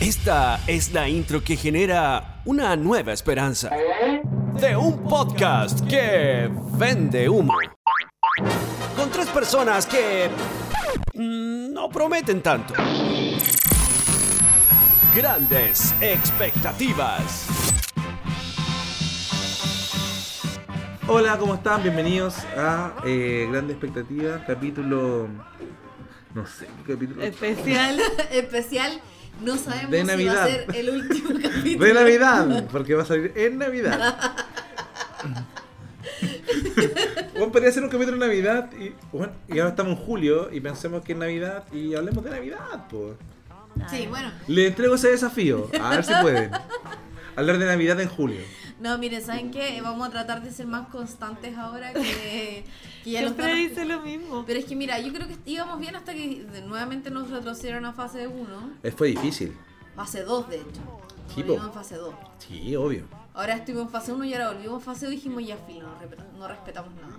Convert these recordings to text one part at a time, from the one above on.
Esta es la intro que genera una nueva esperanza de un podcast que vende humo. Con tres personas que mm, no prometen tanto. Grandes expectativas. Hola, ¿cómo están? Bienvenidos a eh, Grande Expectativa, capítulo. No sé, capítulo. Este- especial especial. No sabemos De si va Navidad. a ser el último capítulo. De Navidad, porque va a salir en Navidad. Bueno, podría ser un capítulo de Navidad y, bueno, y ahora estamos en julio y pensemos que es Navidad y hablemos de Navidad, pues. Sí, bueno. Le entrego ese desafío, a ver si pueden. Hablar de Navidad en julio. No, miren, ¿saben qué? Vamos a tratar de ser más constantes ahora que, que ya nos Siempre dan- dice lo mismo. Pero es que mira, yo creo que íbamos bien hasta que de- nuevamente nos retrocedieron a fase 1. Eh, Fue difícil. Fase 2, de hecho. Sí, po. Volvimos en fase 2. Sí, obvio. Ahora estuvimos en fase 1 y ahora volvimos en fase 2 y dijimos ya filo, no, respet- no respetamos nada.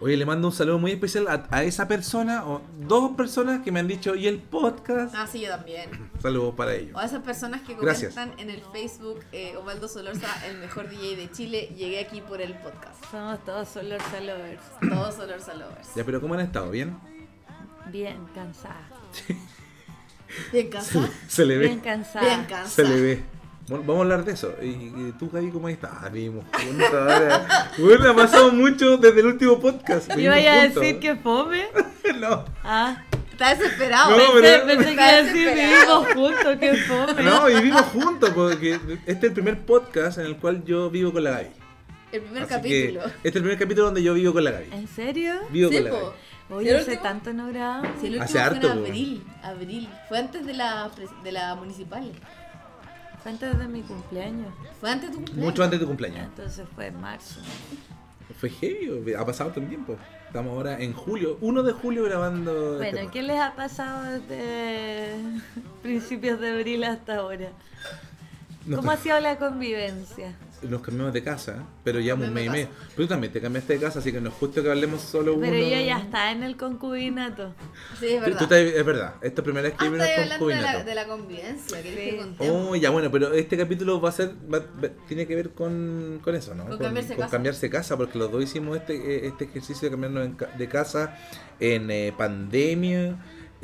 Oye, le mando un saludo muy especial a, a esa persona, o dos personas que me han dicho, y el podcast. Ah, sí, yo también. Saludos para ellos. O a esas personas que Gracias. comentan en el Facebook, eh, Osvaldo Solorza, el mejor DJ de Chile, llegué aquí por el podcast. Somos todos Solorza Lovers. Todos Solorza Lovers. Ya, pero ¿cómo han estado? ¿Bien? Bien cansada. Bien cansada. Se le Bien ve. cansada. Ah, Bien Se cansada. le ve. Bueno, vamos a hablar de eso. ¿Y y tú, Gaby, cómo Ah, estás? Vivimos juntos ahora. Bueno, ha pasado mucho desde el último podcast. Yo Vivimos vaya a juntos. decir que fome. No, Ah, Está desesperado. ¿eh? No, Pensé- pero- pensé que iba a decir vivimos juntos, que fome. no, vivimos juntos porque este es el primer podcast en el cual yo vivo con la Gaby. El primer Así que capítulo. Ah, este es el primer capítulo donde yo vivo con la Gaby. ¿En serio? Vivo Sí, con la po. Gaby. Hoy ¿El hace último? tanto no grabamos. Sí, el último Hace fue harto, en po. abril. Abril. Fue antes de la, pres- de la municipal. Fue antes de mi cumpleaños. Fue antes de tu cumpleaños. Mucho antes de tu cumpleaños. Entonces fue en marzo. Fue heavy, ha pasado tanto tiempo. Estamos ahora en julio, 1 de julio grabando. este Bueno, podcast. ¿qué les ha pasado desde principios de abril hasta ahora? Nos ¿Cómo ha sido la convivencia? Nos cambiamos de casa, pero llevamos un mes y Cambiamos de medio. Pero tú también te cambiaste de casa, así que no es justo que hablemos solo uno. Pero yo ya estaba en el concubinato. Sí, es Tú- verdad. tú estás- es verdad, esta es primera vez que Ah, vivimos estoy con hablando de la, concubinato. de la convivencia que Sí. dije con Oh, ya bueno, pero este capítulo va a ser, va- va- tiene que ver con, con eso, ¿no? Con cambiarse casa. cambiarse casa, porque los dos hicimos este, eh, este ejercicio de cambiarnos en ca- de casa en eh, pandemia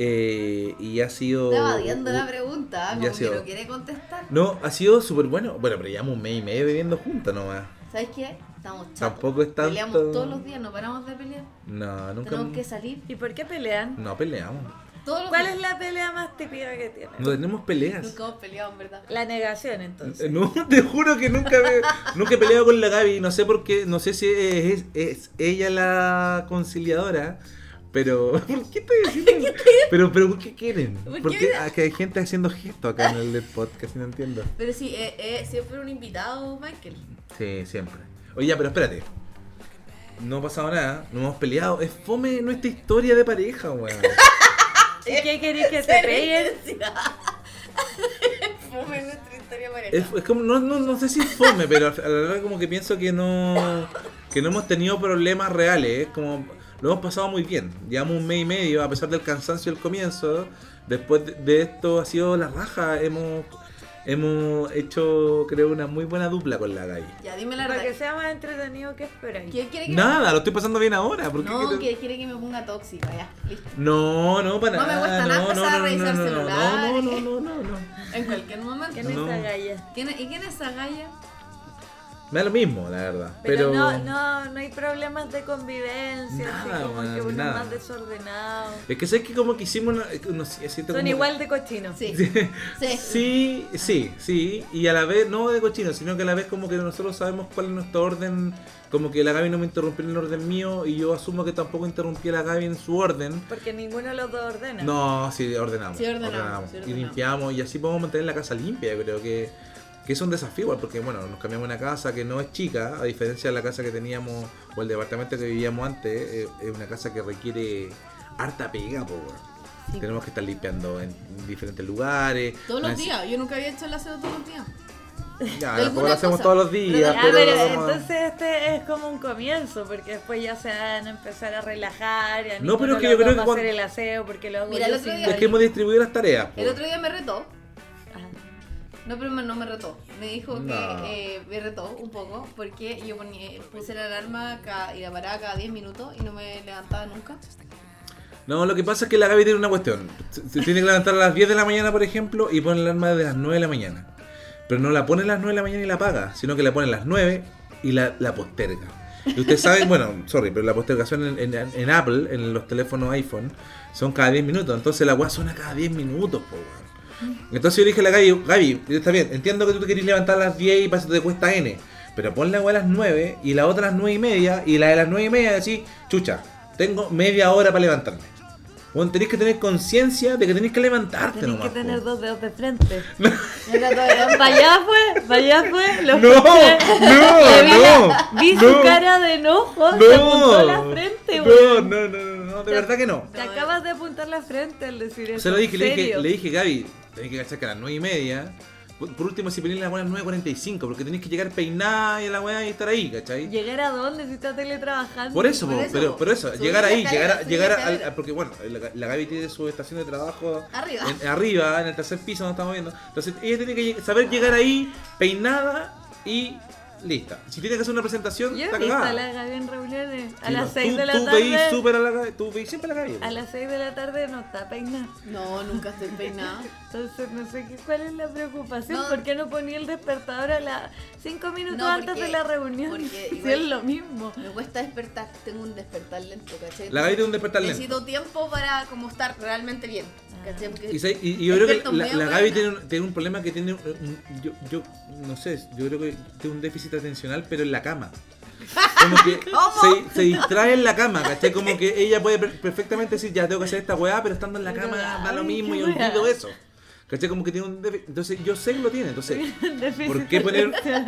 eh, y ha sido... Estaba odiando la pregunta, oh, Ya como sé, que oh. no quiere contestar. No, ha sido súper bueno. Bueno, pero llevamos un mes y medio viviendo juntos nomás. ¿Sabes qué? Estamos chatos. Tampoco es tanto- Peleamos todos los días, no paramos de pelear. No, nunca... Tenemos que salir ¿Y por qué pelean? No peleamos. todos los ¿Cuál es días. la pelea más típica que tienen? No tenemos peleas. Nunca hemos peleado, en verdad. La negación, entonces. No, te juro que nunca me- nunca he peleado con la Gaby, no sé por qué, no sé si es, es ella la conciliadora, pero ¿por qué estoy diciendo? pero pero ¿por qué quieren? ¿Por ¿Por qué qué ah, que hay gente haciendo gestos acá en el del podcast? No entiendo. Pero sí, eh, eh, siempre un invitado, Michael. Sí, siempre. Oye, ya, pero espérate. No ha pasado nada, no hemos peleado. Es fome nuestra historia de pareja, weón. Eh, ¿Y qué querés que te peguen? Fome nuestra historia pareja. Es, es como, no, no, no sé si es fome, pero a la verdad como que pienso que no, que no hemos tenido problemas reales. Es como, lo hemos pasado muy bien. Llevamos un mes y medio, a pesar del cansancio del comienzo. Después de, de esto ha sido la raja. Hemos, hemos hecho, creo, una muy buena dupla con la Gaby. Ya, dime la Para verdad. que sea más entretenido, ¿qué esperáis? ¿Qué quiere que Nada, lo estoy pasando bien ahora. ¿por qué No, quieres- que quiere que me ponga tóxica, ya, listo. No, no, para No me nada. cuesta nada no, empezar a no, no, revisar no, no, celulares. no, no, no, no, no. En cualquier momento. ¿Quién es No. esa galla? ¿Quién es- ¿Y quién es esa galla? Me da lo mismo, la verdad. Pero, Pero, no, no, no hay problemas de convivencia, Nada, así como que man, uno nada. es más desordenado. Es que sé que como que hicimos una... no sé, siento Son como- igual de cochinos. Sí. Sí. Sí, sí, sí. Y a la vez, no de cochino, sino que a la vez como que nosotros sabemos cuál es nuestro orden. Como que la Gaby no me interrumpió en el orden mío y yo asumo que tampoco interrumpí a la Gaby en su orden. Porque ninguno de los dos ordena. No, sí, ordenamos. Sí, ordenamos, sí, Y ordenamos. limpiamos y así podemos mantener la casa limpia. yo Creo que, que es un desafío igual, porque bueno, nos cambiamos a una casa que no es chica, a diferencia de la casa que teníamos o el departamento que vivíamos antes, eh, es una casa que requiere harta pega, po, weón. Sí. Tenemos que estar limpiando en diferentes lugares. Todos los Más- días. Yo nunca había hecho el aseo todos los días. Ya, De tampoco lo alguna hacemos cosa. todos los días, Ah, pero, pero vamos a- entonces este es como un comienzo, porque después ya se van a empezar a relajar. y a No, pero ninguno es que de los yo creo que dos va a hacer cuando- el aseo porque lo hago Mira, yo el otro sin- día- Oh. es que hemos distribuido las tareas. po. El otro día me retó Ah, No, pero me- no me retó. Me dijo No. que eh, me retó un poco porque yo ponía- puse la alarma cada, y la paraba cada 10 minutos y no me levantaba nunca. No, lo que pasa es que la Gaby tiene una cuestión. Se se tiene que levantar a las 10 de la mañana, por ejemplo, y pone el alarma de las 9 de la mañana. Pero no la pone a las 9 de la mañana y la apaga, sino que la pone a las 9 y la, la posterga. Y ustedes saben, bueno, sorry, pero la postergación en, en- en Apple, en los teléfonos iPhone, son cada 10 minutos. Entonces la weá suena cada 10 minutos, po, weón. Entonces yo le dije a la Gaby, Gaby, está bien, entiendo que tú te querés levantar a las 10 y para eso te cuesta N. Pero pon la weá a las 9 y la otra a las 9 y media y la de las 9 y media decís, chucha, tengo media hora para levantarme. Bueno, tenés que tener conciencia de que tenés que levantarte Tenés nomás, que tener po. dos dedos de frente. Era todo de Para allá fue, para allá fue. Lo No, escuché. Le vi no, la- no. Vi su no, cara de enojo. no, se apuntó la frente, no, no, weón. no, no, no, de verdad que no. Te acabas de apuntar la frente al decir eso. Se lo dije, le dije, serio. le dije, Gaby, tenés que cachar que a las 9 y media. Por por último, si ponés la buena 9.45, porque tenés que llegar peinada y a la weá y estar ahí, ¿cachai? ¿Llegar a dónde si estás teletrabajando? Por eso, Por po, eso, pero, po. pero eso, Subir llegar la ahí, llegar, a- escalera, subir llegar la al- escalera. al- Porque bueno, la, la Gaby tiene su estación de trabajo Arriba. en- arriba, en el tercer piso, no estamos viendo. Entonces, ella tiene que lleg- saber llegar ahí, peinada y lista. Si tiene que hacer una presentación, Yo he está visto cagada. a la Gaby en reuniones. A Sí, las no, 6 tú- de la tú tarde. Veis súper a la, Gaby, tú veis siempre a la Gaby. po. A las 6 de la tarde no está peinada. No, nunca estoy peinada. Entonces no sé qué, cuál es la preocupación. No. ¿Por qué no ponía el despertador a las 5 minutos No, antes porque- de la reunión? porque Si igual- es lo mismo. Me cuesta despertar, tengo un despertar lento, ¿cachai? La Gaby tiene un despertar lento. Necesito tiempo para como estar realmente bien, ¿cachai? Porque Y, sé- y- y yo creo que despierto la, medio la buena. Gaby tiene un, tiene un problema que tiene. un- un- yo, yo no sé, yo creo que tiene un déficit atencional, pero en la cama. Como que se, se distrae en la cama, ¿cachai? Como que ella puede per- perfectamente decir, ya tengo que hacer esta weá, pero estando en la cama Ay, da lo mismo y qué weá. olvido eso. ¿cachai? Como que tiene un déficit. Entonces, yo sé que lo tiene, entonces. ¿Por qué poner-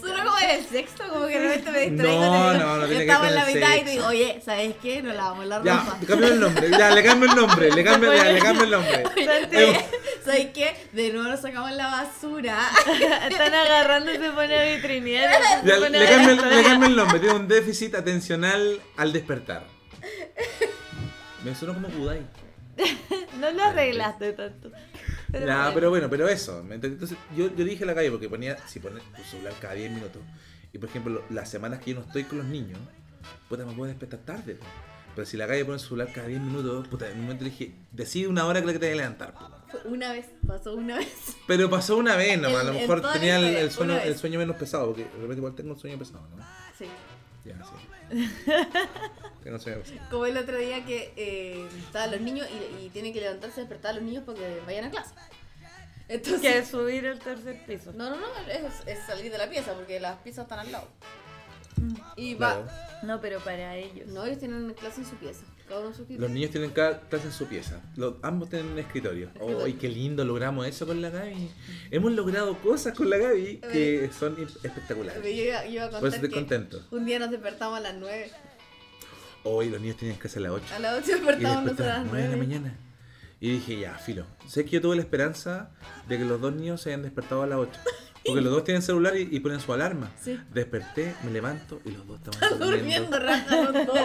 Solo como en el sexo, como que de repente me No, distraigo. te digo, no, no tiene que Estamos ver con en la el mitad y sexo. te digo, oye, ¿sabes qué? No lavamos la Ya, ropa. cambio el nombre, ya, le cambio el nombre, le cambio, ya, le cambio el nombre. Oye, ¿Sabes qué? De nuevo nos sacamos la basura. Están agarrando y se pone a vitrinera. se Ya, pone le, a- cambio el, le cambio el nombre, tiene un déficit atencional al despertar. Me suena como Kudai. No lo arreglaste tanto. Pero Nah, bueno. pero bueno, pero eso. ¿me entendés? Entonces, yo, yo dije a la calle porque ponía, si pones tu celular cada 10 minutos, y por ejemplo, las semanas que yo no estoy con los niños, puta, me puedo despertar tarde. po. Pero si la calle pone su celular cada 10 minutos, puta, en un momento le dije, decide una hora que la que te voy a levantar. po. Fue Una vez, pasó una vez. Pero pasó una vez nomás, a lo En- en mejor toda la tenía el, historia, el sueño, una vez. el sueño menos pesado, porque de repente igual tengo un sueño pesado, ¿no? Sí. Ya, sí. tengo un sueño pesado. Como el otro día que eh, estaban los niños y, y tienen que levantarse a despertar a los niños porque vayan a clase. Que Entonces. es subir al tercer piso. No, no, no, es, es salir de la pieza porque las piezas están al lado. Y va. Claro. No, pero para ellos. No, ellos tienen clase en su pieza. Cada uno en su pieza. Los niños tienen cada clase en su pieza. Los- ambos tienen un escritorio. ¡Ay, qué lindo! Logramos eso con la Gaby. Hemos logrado cosas con la Gaby que son i- Yo espectaculares. iba, yo iba a contar Por eso Pues estoy que contento. un día nos despertamos a las 9. Hoy los niños tenían clase a las 8. A las 8 Y después despertamos nosotros a a las las 9 de la 9. mañana. Y dije, ya, filo. Sé que yo tuve la esperanza de que los dos niños se hayan despertado a las 8. Porque los dos tienen celular y, y ponen su alarma. Sí. Desperté, me levanto y los dos estaban durmiendo. Durmiendo, raja, los dos.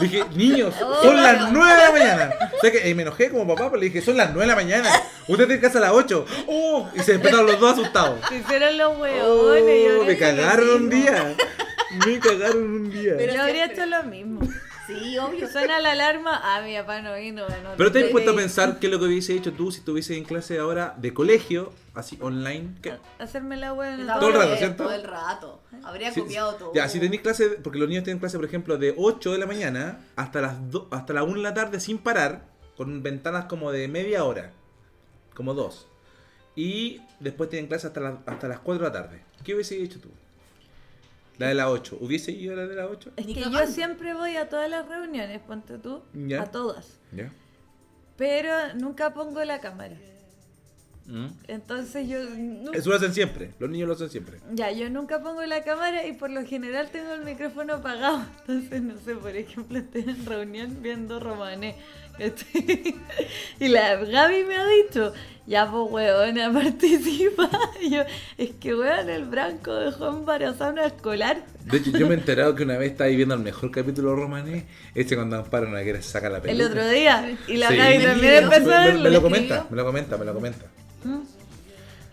Dije, niños, son las 9 de la mañana. O sea que eh, me enojé como papá, pero le dije, son las 9 de la mañana. Usted tiene casa a las 8. ¡Oh! Y se despertaron los dos asustados. Se hicieron los huevones. yo ¡Oh! habría- Me cagaron un día. Me cagaron un día. Pero yo habría siempre. hecho lo mismo. Sí, obvio. Suena la alarma. Ah, mi papá no vino. bueno, Pero te has entonces- puesto a pensar qué es lo que hubiese hecho tú si estuviese en clase ahora de colegio, así online. ¿Qué? Hacerme la hueá en el Todo el rato, Eh, ¿cierto? Todo el rato. Habría Si- copiado todo. Ya, si tenéis clase, porque los niños tienen clase, por ejemplo, de 8 de la mañana hasta las do- hasta la 1 de la tarde sin parar, con ventanas como de media hora, como dos. Y después tienen clase hasta, las- hasta las 4 de la tarde. ¿Qué hubiese hecho tú? La de las 8. ¿Hubiese ido a la de las 8? Es Ni que yo cagando. siempre voy a todas las reuniones, ponte tú, Ya. a todas. Ya. Pero nunca pongo la cámara. Entonces yo nunca, Eso lo hacen siempre, los niños lo hacen siempre. ya, yo nunca pongo la cámara y por lo general tengo el micrófono apagado. Entonces, no sé, por ejemplo, estoy en reunión viendo Romané. ¿cachai? Y la Gaby me ha dicho, ya pues weona, participa. Y yo, es que weón, el branco dejó embarazada a una escolar. De hecho, yo me he enterado que una vez estaba viendo el mejor capítulo de Romané, este cuando Amparo no le quiere sacar la El pelota. otro día. Y la Sí. Gaby Me también empezó a me, me- me verlo. lo comenta, me lo comenta, me lo comenta. Mm.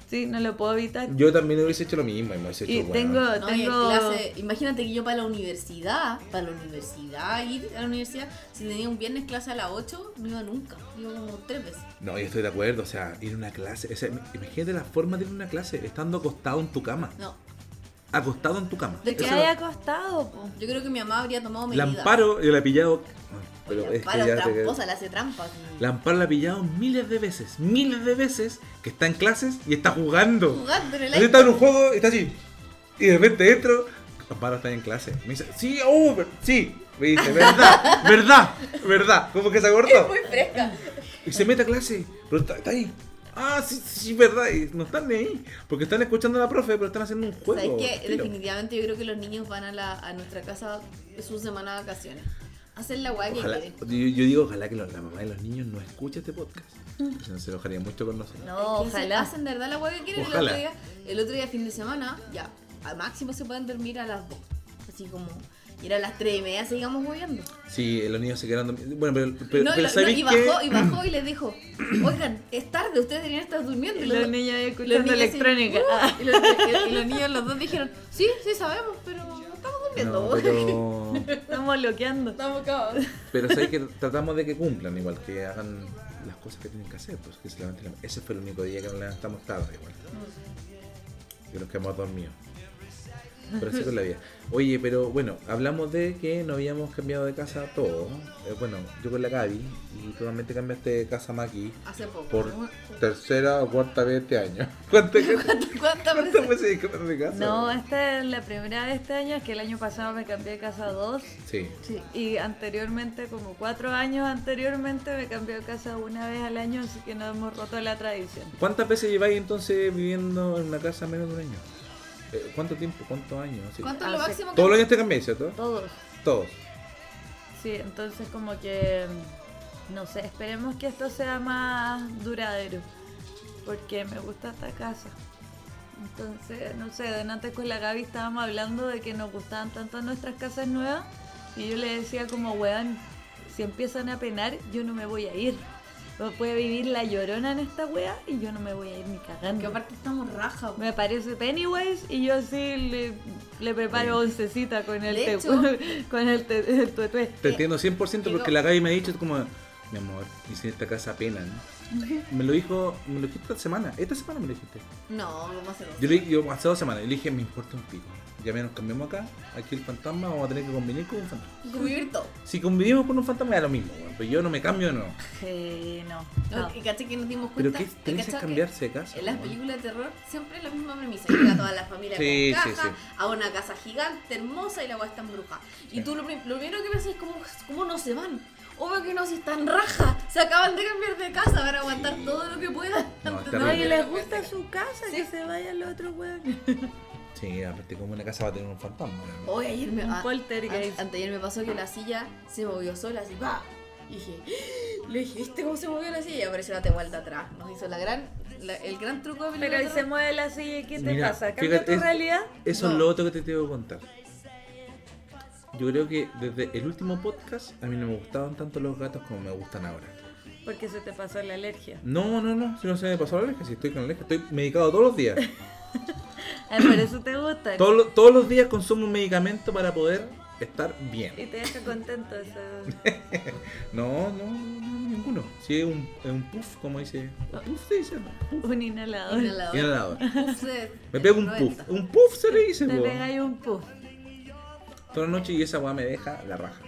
Sí, no lo puedo evitar. Yo también hubiese hecho lo mismo y me hubiese hecho, Y bueno, tengo, No, y en tengo... clase- imagínate que yo para la universidad, para la universidad, ir a la universidad, si tenía un viernes clase a las 8, no iba nunca, iba como tres veces. No, yo estoy de acuerdo, o sea, ir a una clase, o sea, imagínate la forma de ir a una clase, estando acostado en tu cama, No, acostado en tu cama. De que Eso- haya costado, po. yo creo que mi mamá habría tomado la medidas. amparo, yo la he pillado, ah, pero Oye, es que Amparo ya te- tramposa, le hace trampa. sí. La amparo la ha pillado miles de veces, miles de veces, que está en clases y está jugando. Jugando en Entonces el aire. está en un juego, está así, y de repente entro, amparo está en clase, me dice, sí, oh, ver- sí, me dice, verdad, verdad, verdad, ¿cómo que se acordó? Muy fresca. Y se mete a clase, pero está, está ahí. Ah, sí, sí, sí, verdad. Y no están ni ahí. Porque están escuchando a la profe, pero están haciendo un juego. ¿Sabes que estilo. Definitivamente yo creo que los niños van a, la, a nuestra casa su semana de vacaciones. Hacen la guay que Ojalá, quieren. yo, yo digo, ojalá que los- la mamá de los niños no escuche este podcast. Porque si no se enojaría mucho con nosotros. No, Es que ojalá. hacen- Hacen de verdad la guay que quieren. El Ojalá. otro, día, el otro día, fin de semana, ya. A máximo se pueden dormir a las 2. Así como. Y era a las 3 y media, sigamos moviendo. Sí, los niños se quedaron. dormi- Bueno, pero, pero, No, pero lo- no, ¿sabéis y qué? bajó, y bajó y les dijo: Oigan, es tarde, ustedes deberían estar durmiendo. Y Y los los- niños ahí los escuchando niños así, electrónica. Ah. "Uh", y, los, y los niños, los dos dijeron: Sí, sí, sabemos, pero no estamos durmiendo. ah. No, pues, güey". pero, Estamos bloqueando. Estamos acabados. pero sabéis que tratamos de que cumplan, igual que hagan las cosas que tienen que hacer. Pues, que se levanten la- Ese fue el único día que nos levantamos tarde, igual. que nos quedamos dormidos. Pero así con la vida. Oye, pero bueno, hablamos de que no habíamos cambiado de casa todos. Eh, bueno, yo con la Gaby y totalmente cambiaste de casa Maki Hace poco. por ¿no? tercera o cuarta vez este año. ¿Cuántas ¿Cuántas cuántas veces? veces cambiaste de casa? No, esta es la primera de este año, es que el año pasado me cambié de casa dos. Sí. Sí, y anteriormente, como cuatro años anteriormente, me cambié de casa una vez al año, así que no hemos roto la tradición. ¿Cuántas veces lleváis entonces viviendo en una casa menos de un año? Eh, ¿Cuánto tiempo? ¿Cuántos años? Sí. ¿Cuánto es lo Hace- máximo que Todos los años te cambiáis, ¿cierto? Todos. Todos. Sí, entonces como que, no sé, esperemos que esto sea más duradero, porque me gusta esta casa. Entonces, no sé, delante con la Gaby estábamos hablando de que nos gustaban tanto nuestras casas nuevas y yo le decía como, weón, si empiezan a penar, yo no me voy a ir. No Puede vivir la llorona en esta wea y yo no me voy a ir ni Que cagando. aparte estamos raja. po. Me aparece Pennywise y yo así le, le preparo oncecita con el, De te- hecho- con el, te- el tuetué. Te entiendo 100% porque Llegó- la Gaby me ha dicho es como, mi amor, y si esta casa apenas. Me lo dijo, me lo dijiste esta semana, esta semana me lo dijiste. No, vamos a hacer Yo le dije, yo, hace dos semanas, yo le dije, me importa un pico. Ya menos cambiamos acá, aquí el fantasma, vamos a tener que convenir con un fantasma. Cubrir todo. Si convivimos con un fantasma, es lo mismo, weón, pero yo no me cambio, no. Pues Sí, no. No, no. Y caché que nos dimos cuenta. Pero qué y tenés cacha que que cambiarse de casa. En las weón. películas de terror siempre es la misma premisa. Llega toda la familia Sí, con sí, caja, sí. a una casa gigante, hermosa y la weá está embruja. Sí. Y tú lo, prim- lo primero que piensas es cómo, cómo no se van. Obvio que no, si están raja. Se acaban de cambiar de casa, van a aguantar Sí. todo lo que puedan. No, está No, y terrible. les gusta su casa, Sí. que se vayan los otros hueones. Sí, aparte como una casa va a tener un fantasma. weón. Hoy ayer me Un a- poltergeist. an- anteayer me pasó que la silla se movió sola así va y dije le dije viste cómo se movió la silla y apareció la tehualda atrás nos hizo la gran la- el gran truco de Pero película ahí de se terror. mueve la silla y ¿qué te Mira, pasa? ¿Cambia fíjate, tu es- realidad? Eso es No. lo otro que te tengo que contar. Yo creo que desde el último podcast a mí no me gustaban tanto los gatos como me gustan ahora. Porque se te pasó la alergia. No, no, no, si no se me pasó la alergia, si estoy con alergia, estoy medicado todos los días. Ay, por Ah, eso te gusta. Todos, los- todos los días consumo un medicamento para poder estar Y bien. te deja contento eso. No, no, no, ninguno. Si es un, es un puff, como dice. ¿un ¿Puff se dice? No, puff. Un inhalador. Inhalador. Y inhalador. Puff de- Me del pego un 90. puff. Un puff se le dice, Te po. pega ahí un puff. Toda la noche y esa weá me deja la raja.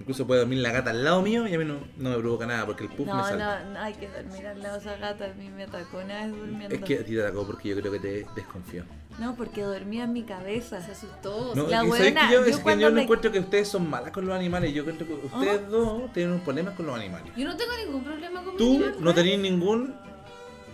Incluso puede dormir la gata al lado mío y a mí no, no me provoca nada porque el puff me No, salta. no, no, hay que dormir al lado de esa gata. A mí me atacó una vez durmiendo. Es que a ti te atacó porque yo creo que te desconfío. No, porque dormía en mi cabeza. se asustó No, es la que, ¿sabes buena, que yo, yo es que cuando yo no me- Oh. encuentro que ustedes son malas con los animales. Yo creo que ustedes dos tienen un problema con los animales. yo no tengo ningún problema con mi Tú animal, no tenías ningún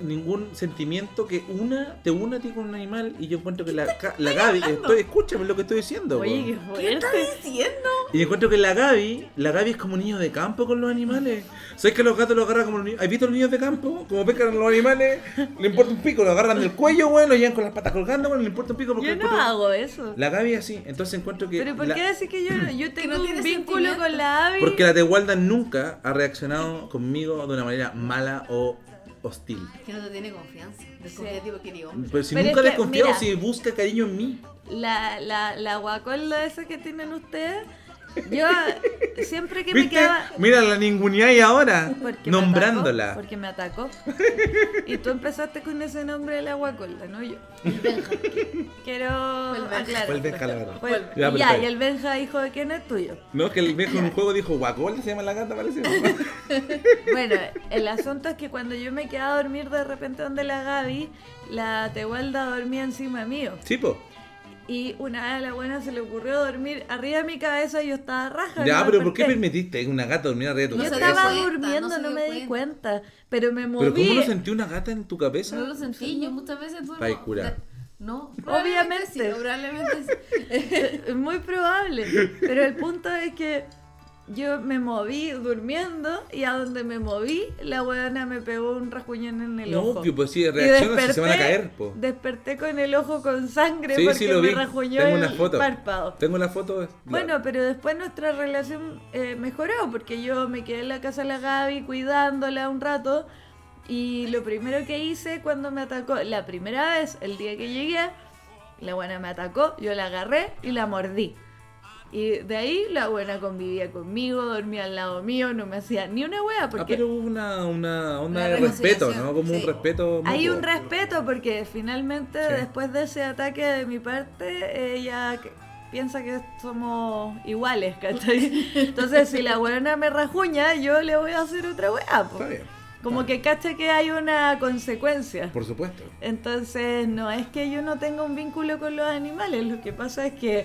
ningún sentimiento que una te una a ti con un animal y yo encuentro que la, ca- la Gaby estoy, escúchame lo que estoy diciendo Oye, qué po. ¿Qué estás fuerte. diciendo? y encuentro que la Gaby la Gaby es como un niño de campo con los animales sabes que los gatos los agarran como los niños ¿has visto los niños de campo? como pescan a los animales le importa un pico lo agarran del cuello bueno lo llevan con las patas colgando bueno le importa un pico porque Yo no encuentro- hago eso. la Gaby es así entonces encuentro que Pero ¿por la- qué decís que yo, no- yo tengo no un tiene vínculo con la Abby? Porque la Tehualda nunca ha reaccionado conmigo de una manera mala o hostil. Que no te tiene confianza. Desconfía, tipo, que ni hombre. Pero si Pero nunca es que, desconfiado, mira. si busca cariño en mí. La, la, la guacola esa que tienen ustedes, yo siempre que me ¿Viste? quedaba... Mira, la ninguneáis ahora, Porque me atacó, nombrándola. porque me atacó. Y tú empezaste con ese nombre de la guacola, ¿no? Yo El Benja. quiero el Benja. aclarar. Fue el Benja, la verdad. Fue el- Ya, y ya, perfecto. y el Benja, hijo de quién es tuyo. No, que el viejo en un juego dijo, guacol, se llama la gata, parece. Bueno, el asunto es que cuando yo me quedaba a dormir de repente donde la Gaby, la Tehuelda dormía encima mío. sí, po. Y una vez a la buena se le ocurrió dormir arriba de mi cabeza y yo estaba raja. Ya, no me pero ¿por qué desperté. permitiste que una gata dormir arriba de tu No Yo se cabeza? dio estaba cuenta, durmiendo, no se no, dio me di cuenta. Pero me moví. ¿Pero cómo no sentí una gata en tu cabeza? No lo sentí, yo muchas veces duermo. Pa' ahí curar. No, Obviamente. probablemente sí, probablemente sí. Es muy probable. Pero el punto es que yo me moví durmiendo y a donde me moví, la weona me pegó un rasguñón en el No, ojo. obvio, pues sí, Y reaccionas y se van a caer, po. Desperté con el ojo con sangre Sí, porque sí, lo me vi. rasguñó Tengo el una foto. párpado. Tengo la foto. Ah, la- Bueno, pero después nuestra relación eh, mejoró porque yo me quedé en la casa de la Gaby cuidándola un rato y lo primero que hice cuando me atacó, la primera vez, el día que llegué, la buena me atacó, yo la agarré y la mordí. Y de ahí la buena convivía conmigo, dormía al lado mío, no me hacía ni una wea Ah, porque pero hubo una, una onda Una de respeto, reconciliación, ¿no? Como un sí. respeto. hay mutuo. un respeto porque finalmente Sí. después de ese ataque de mi parte ella que- piensa que somos iguales, ¿cachai? Entonces si la buena me rajuña yo le voy a hacer otra weá. po. Está bien. Como que cacha que hay una consecuencia. Por supuesto. Entonces no es que yo no tenga un vínculo con los animales, lo que pasa es que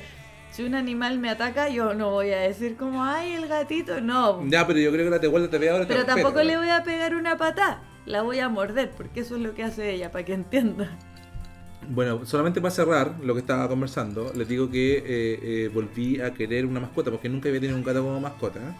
si un animal me ataca yo no voy a decir como, ay, el gatito, no. Ya, pero yo creo que la te guarda te ve ahora. y te Pero respeta, tampoco ¿no? le voy a pegar una patada, la voy a morder, porque eso es lo que hace ella, para que entienda. Bueno, solamente para cerrar lo que estaba conversando, les digo que eh, eh, volví a querer una mascota, porque nunca había tenido un gato como mascota. ¿eh?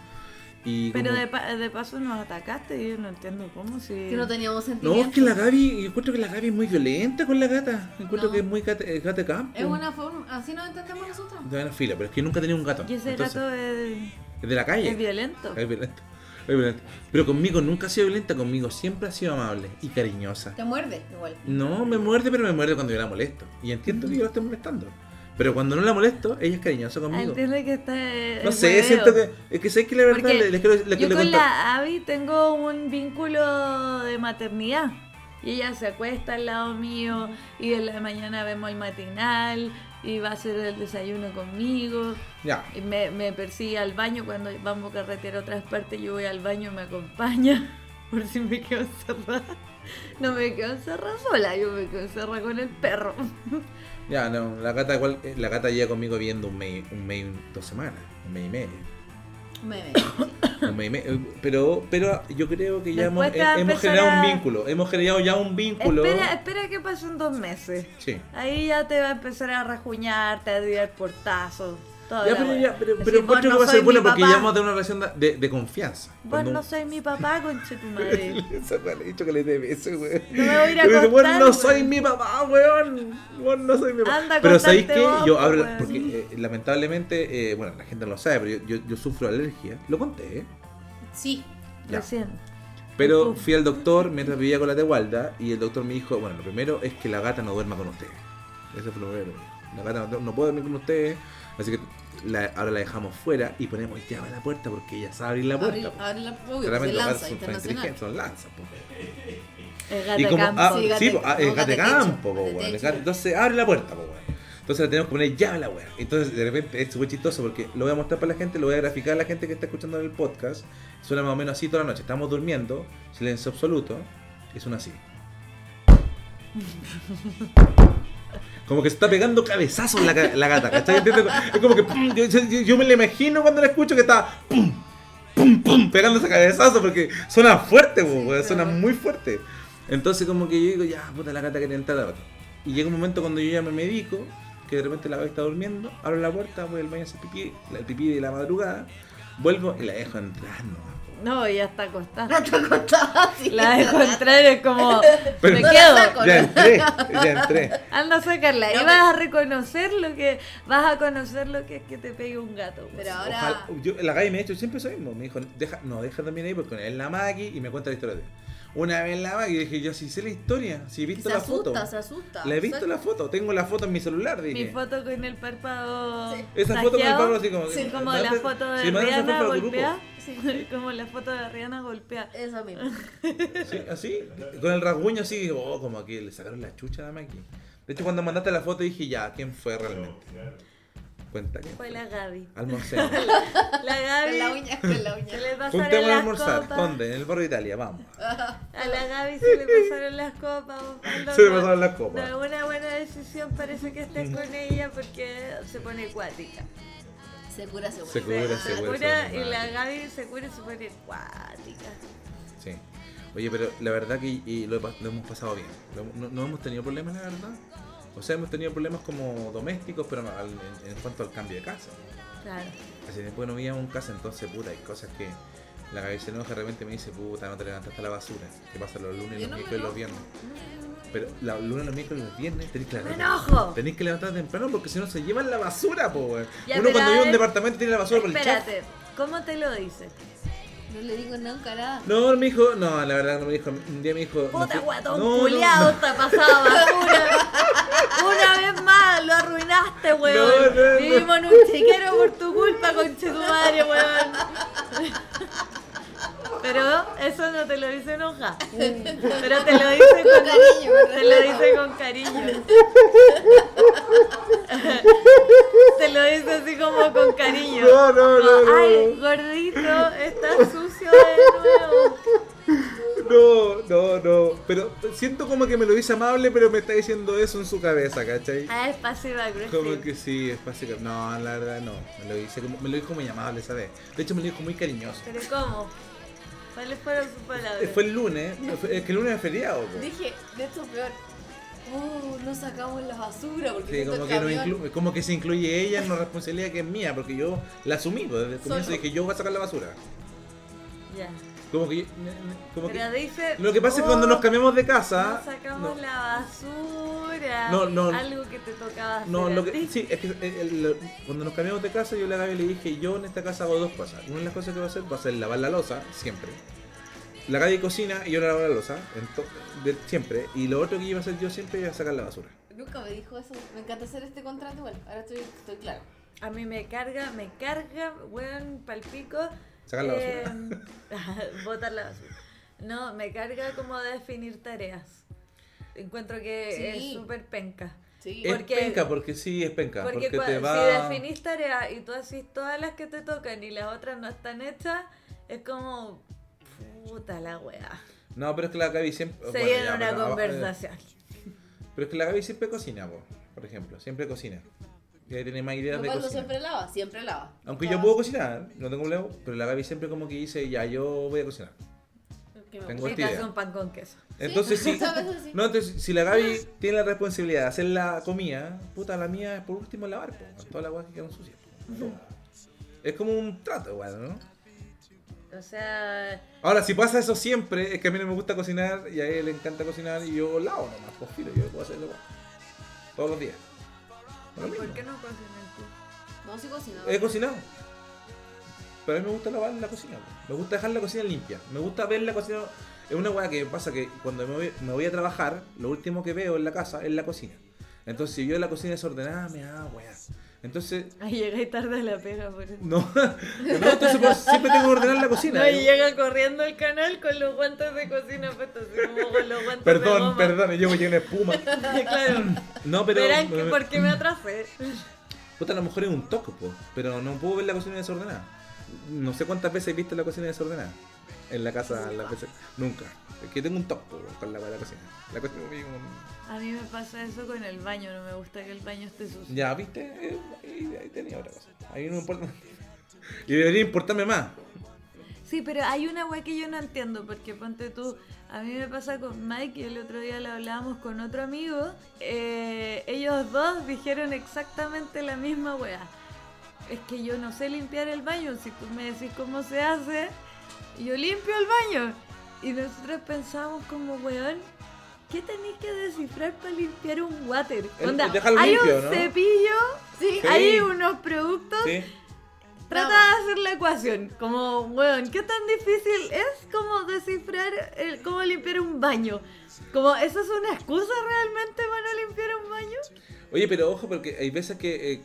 Y Pero como- de, pa- de paso nos atacaste y yo no entiendo cómo si... Que no teníamos No, sentimiento. es que la Gaby, encuentro que la Gaby es muy violenta con la gata. Encuentro No. que es muy gata, eh, gata de campo. Es una forma, así nos entendemos nosotros. De una fila, pero es que nunca he tenido un gato. Y ese Entonces, gato es, es de la calle. es violento. Es violenta. Es violenta. Pero conmigo nunca ha sido violenta, conmigo siempre ha sido amable y cariñosa. Te muerde, igual. No, me muerde, pero me muerde cuando yo la molesto. Y entiendo que yo la estoy molestando. Pero cuando no la molesto, ella es cariñosa Ah, conmigo. Entiende que está... eh, No el sé, hueveo. siento que. Es que sé que la verdad Porque le- les quiero les yo quiero con contar. la Abby tengo un vínculo de maternidad. Y ella se acuesta al lado mío y en la mañana vemos el matinal y va a hacer el desayuno conmigo. Ya. Y me, me persigue al baño cuando vamos a carretera a otras partes, yo voy al baño y me acompaña por si me quedo encerrada. No me quedo encerrada sola, yo me quedo encerrada con el perro. Ya, no, la gata igual, eh, la gata lleva conmigo viendo un mes, un mes, y dos semanas, un mes y medio, Mm. Me ve. un mes y medio. Eh, Pero, pero yo creo que ya hemos, Después te va a eh, hemos empezar generado a- un vínculo, hemos generado ya un vínculo. Espera, espera que pasen dos meses. Sí. Ahí ya te va a empezar a rajuñar, te va a tirar portazos. toda Ya, la pero, wea. ya, pero, Decir, pero vos encuentro no que va a soy ser mi bueno porque papá, ya vamos a tener una relación de, de confianza. Vos Cuando- no soy mi papá, conche tu madre. Esa weá le he dicho que le dé beso, weón. No me voy a ir a Pero dice, "Weón, acostar, no weón". soy mi papá, weón. Weón, no soy mi papá. Anda, pero acostate ¿sabéis qué? vos, Yo abro, weón. porque eh, lamentablemente, eh, bueno, la gente no lo sabe, pero yo, yo, yo sufro alergia. Lo conté, ¿eh? Sí. Ya. Recién. Pero Uf. fui al doctor mientras vivía con la Tehualda y el doctor me dijo, bueno, lo primero es que la gata no duerma con ustedes. Eso fue lo primero. La gata no, no puede dormir con ustedes, así que la- ahora la dejamos fuera y ponemos llave a la puerta porque ella sabe abrir la Abre, puerta. po. ah, abre la pues, obvio, Claramente se los gatos lanza son tan internacional. inteligentes, son lanzas. po. El gato Y como, campo. ah, Sí, sí, gato- po, ah, es no, gato de gato de campo, po, weón. techo, de El techo. gato- Entonces abre la puerta, po, weón. Entonces le tenemos que poner llave a la weá. Entonces de repente es súper chistoso porque lo voy a mostrar para la gente, lo voy a graficar a la gente que está escuchando el podcast. Suena más o menos así toda la noche. Estamos durmiendo, silencio absoluto, y suena así. Como que se está pegando cabezazos la, ca- la gata, ¿cachai? ¿Entiendes? Es como que pum, yo, yo- yo me la imagino cuando la escucho que está pum, pum, pum, pegándose cabezazo porque suena fuerte, po, weón, suena muy fuerte. Entonces como que yo digo, ya, puta, la gata quería entrar a la gata. Y llega un momento cuando yo ya me medico, que de repente la gata está durmiendo, abro la puerta, voy al baño a hacer pipí, la- el pipí de la madrugada, vuelvo y la dejo entrar, no. No, ya está acostada. Está acostada así. La dejo entrar es como. Pero- me No la quedo. saco. Ya entré, ya entré. Anda a sacarla. No, y pero- vas a reconocer lo que. Vas a conocer lo que es que te pegue un gato. güey. Pero ahora. Ojalá- yo- la Gaby me ha hecho siempre eso mismo. Me dijo, deja, no, deja también ahí porque es la Maki y me cuenta la historia de él. una vez la máquina y dije, yo sí sé la historia, si he visto se la asusta, foto. se asusta. La he visto O sea, la foto, tengo la foto en mi celular, dije. Mi foto con el párpado. Sí. Esa foto con el saqueado, párpado así como- sí, eh, como date- la foto de sí, mándame esa Rihanna foto al grupo. golpeada. sí, como la foto de Rihanna golpeada. Esa misma. Sí, así, con el rasguño así, oh, como aquí le sacaron la chucha a la máquina. De hecho, cuando mandaste la foto dije, ya, ¿quién fue realmente? Cuenta quién. Fue la Gaby. Almorcemos. La Con Gaby. la uña, con la uña. se le pasaron Juntemos a las almorzar. copas. ¿Dónde? En el barrio de Italia, vamos. A la Gaby se le pasaron las copas. Osvaldo. Se le pasaron las copas. No es una buena decisión, parece que estés con ella porque se pone cuática. Se cura, se Se cura. cura, se se cura, cura se y cura. la Gaby se cura y se pone cuática. Sí. Oye, pero la verdad que y lo, he pas- lo hemos pasado bien. Lo- no, no hemos tenido problemas, la verdad. O sea, hemos tenido problemas como domésticos, pero al- en, en cuanto al cambio de casa. Claro. Hace tiempo que no veíamos un casa, entonces, puta, hay cosas que la cabeza se enoja de repente me dice, puta, no te levantaste a la basura. Que pasa los lunes, Yo los no me miércoles y los enojo. viernes. Pero la lunes, los miércoles y los viernes tenés que ¡Me levantar. enojo! Tenés que levantar temprano porque si no se llevan la basura, po, weón. Ya, Uno pero cuando a vive en un ver, departamento tiene la basura por el chat. Espérate, ¿cómo te lo dices? No le digo nunca nada. No, me dijo, no, la verdad no me dijo, un día me dijo... no Puta fui- guatón no, no, culiado, te pasaba basura. Una vez más lo arruinaste, weón. No, no, no. Vivimos en un chiquero por tu culpa, conchetumare, weón. Pero eso no te lo dice enoja. Pero te lo dice Mm. con, cariño, ¿verdad? Te lo dice con cariño. Te lo dice así como con cariño. No, no, no, Como, no, Ay, no. gordito, estás sucio de nuevo. No, no, no. Pero siento como que me lo dice amable, pero me está diciendo eso en su cabeza, ¿cachai? Ah, es pasiva Como agresiva. que sí, es fácil. No, la verdad no. Me lo dice como, me lo dijo como llamable, ¿sabes? De hecho me lo dijo muy cariñoso. ¿Pero cómo? ¿Cuáles fueron sus palabras? Eh, Fue el lunes, fue- es que el lunes es feriado, po. Dije, de esto peor. Uh, no sacamos la basura porque Sí, siento como el que, no camión. inclu- como que se incluye ella en una responsabilidad que es mía, porque yo la asumí, po, desde el comienzo Solo. dije yo voy a sacar la basura. Ya. Como que, como que- Pero dice. Lo que pasa es que "Oh, cuando nos cambiamos de casa, No sacamos la basura. No, no. Algo que te tocaba hacer. No, a lo que, ti. sí, es que eh, el- lo- cuando nos cambiamos de casa, yo a la Gaby le dije, yo en esta casa hago dos cosas. Una de las cosas que voy a hacer va a ser lavar la losa, siempre. La Gaby cocina y yo lavo la losa, ento- de- siempre. Y lo otro que iba a hacer yo siempre era sacar la basura. Nunca me dijo eso. Me encanta hacer este contrato igual. Ahora estoy, estoy claro. A mí me carga, me carga, weón, palpico. Sacar la eh, botar la basura. No, me carga como definir tareas. Encuentro que Sí. es súper penca. Sí. Es porque- penca, porque sí, es penca. Porque, Porque, cua- te si va... definís tareas y tú haces todas las que te tocan y las otras no están hechas, es como puta la weá. No, pero es que la Gaby siempre... Se bueno, viene ya, una pero- conversación. eh, Pero es que la Gaby siempre cocina, po, por ejemplo. Siempre cocina. Y ahí tiene más ideas de Osvaldo cocina. siempre lava, siempre lava. Aunque yo puedo cocinar, no tengo problema, pero la Gaby siempre como que dice, ya, yo voy a cocinar. Que me Tengo- Si Buena te hace idea. un pan con queso. Entonces sí. muchas veces sí. No, entonces, si la Gaby tiene la responsabilidad de hacer la comida, puta, la mía es por último lavar, po, con todas las weas que quedan sucias. po. Es como un trato, weón, ¿no? O sea, Ahora, si pasa eso siempre, es que a mí no me gusta cocinar y a él le encanta cocinar y yo lavo nomás, pues filo, yo puedo hacerlo todos los días. No lo ¿y por mismo. qué no cocinas tú? No, sí cocino. He cocinado. Pero a mí me gusta lavar la cocina. po. Me gusta dejar la cocina limpia. Me gusta ver la cocina. Es una weá que pasa que cuando me voy, me voy a trabajar, lo último que veo en la casa es la cocina. Entonces, si yo la cocina desordenada, me da weá. Entonces, Ay, llegáis tarde a la pega por eso. no. no entonces, pues, siempre tengo que ordenar la cocina. No, y llega corriendo al canal con los guantes de cocina puestos, así como con los guantes de Perdón, goma. perdón, yo me lleno de espuma. claro. No, pero. Verán que por qué me atrasé. Puta, a lo mejor es un toco, po, pero no puedo ver la cocina desordenada. No sé cuántas veces he visto la cocina desordenada. En la casa, las veces. Nunca. Es que tengo un toco con la, la cocina. La cocina es un- A mí me pasa eso con el baño, no me gusta que el baño esté sucio. Ya, viste, Eh, ahí, ahí tenía otra cosa. Ahí no me importa. Y debería importarme más. Sí, pero hay una weá que yo no entiendo, porque ponte tú, a mí me pasa con Mike y el otro día lo hablábamos con otro amigo, eh, ellos dos dijeron exactamente la misma weá. Es que yo no sé limpiar el baño, si tú me decís cómo se hace, yo limpio el baño. Y nosotros pensamos como, weón, ¿qué tenéis que descifrar para limpiar un water? El- Onda, dejarlo hay limpio, un ¿no? cepillo, Sí. Sí. hay unos productos ¿Sí? Trata de hacer la ecuación. Como, weón, ¿qué tan difícil es como descifrar el, cómo limpiar un baño? Como, ¿eso es una excusa realmente para no limpiar un baño? Oye, pero ojo, porque hay veces que. eh,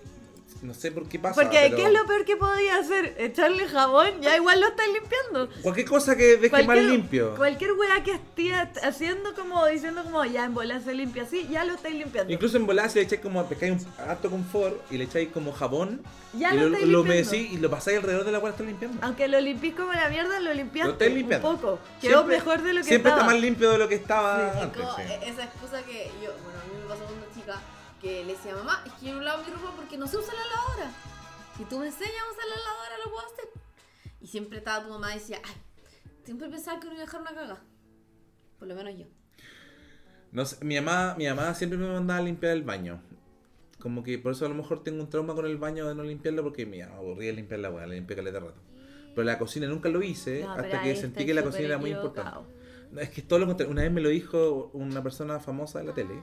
no sé por qué pasa. Porque, pero ¿qué es lo peor que podía hacer? Echarle jabón, ya igual lo estás limpiando. Cualquier cosa que deje más limpio. Cualquier weá que esté haciendo como, diciendo como, ya en bola se limpia así, ya lo estáis limpiando. Incluso en volada, si le echáis como. Pescáis un harto confort y le echáis como jabón. Ya y lo, lo estáis lo limpiando. humedecís y lo pasáis alrededor de la cual estáis limpiando. Aunque lo limpís como la mierda, lo Lo limpiaste estáis limpiando. un poco. Quedó mejor de lo que Siempre estaba. está más limpio de lo que estaba Es antes. como sí. e- esa excusa que yo, bueno, a mí me pasó con una chica que le decía, mamá, es que yo no lavo mi ropa porque no se usa la lavadora. Si tú me enseñas a usar la lavadora, lo puedo hacer. Y siempre estaba tu mamá y decía, ay, siempre pensaba que no iba a dejar una caga. Por lo menos yo. No sé, mi mamá, mi mamá siempre me mandaba a limpiar el baño. Como que por eso a lo mejor tengo un trauma con el baño de no limpiarlo porque me aburría limpiar la weá, la limpié caleta de rato. Pero la cocina nunca lo hice No, pero hasta ahí que sentí estáis que la súper cocina era muy equivocado. importante. No, es que es todo lo contrario. Una vez me lo dijo una persona famosa de la tele.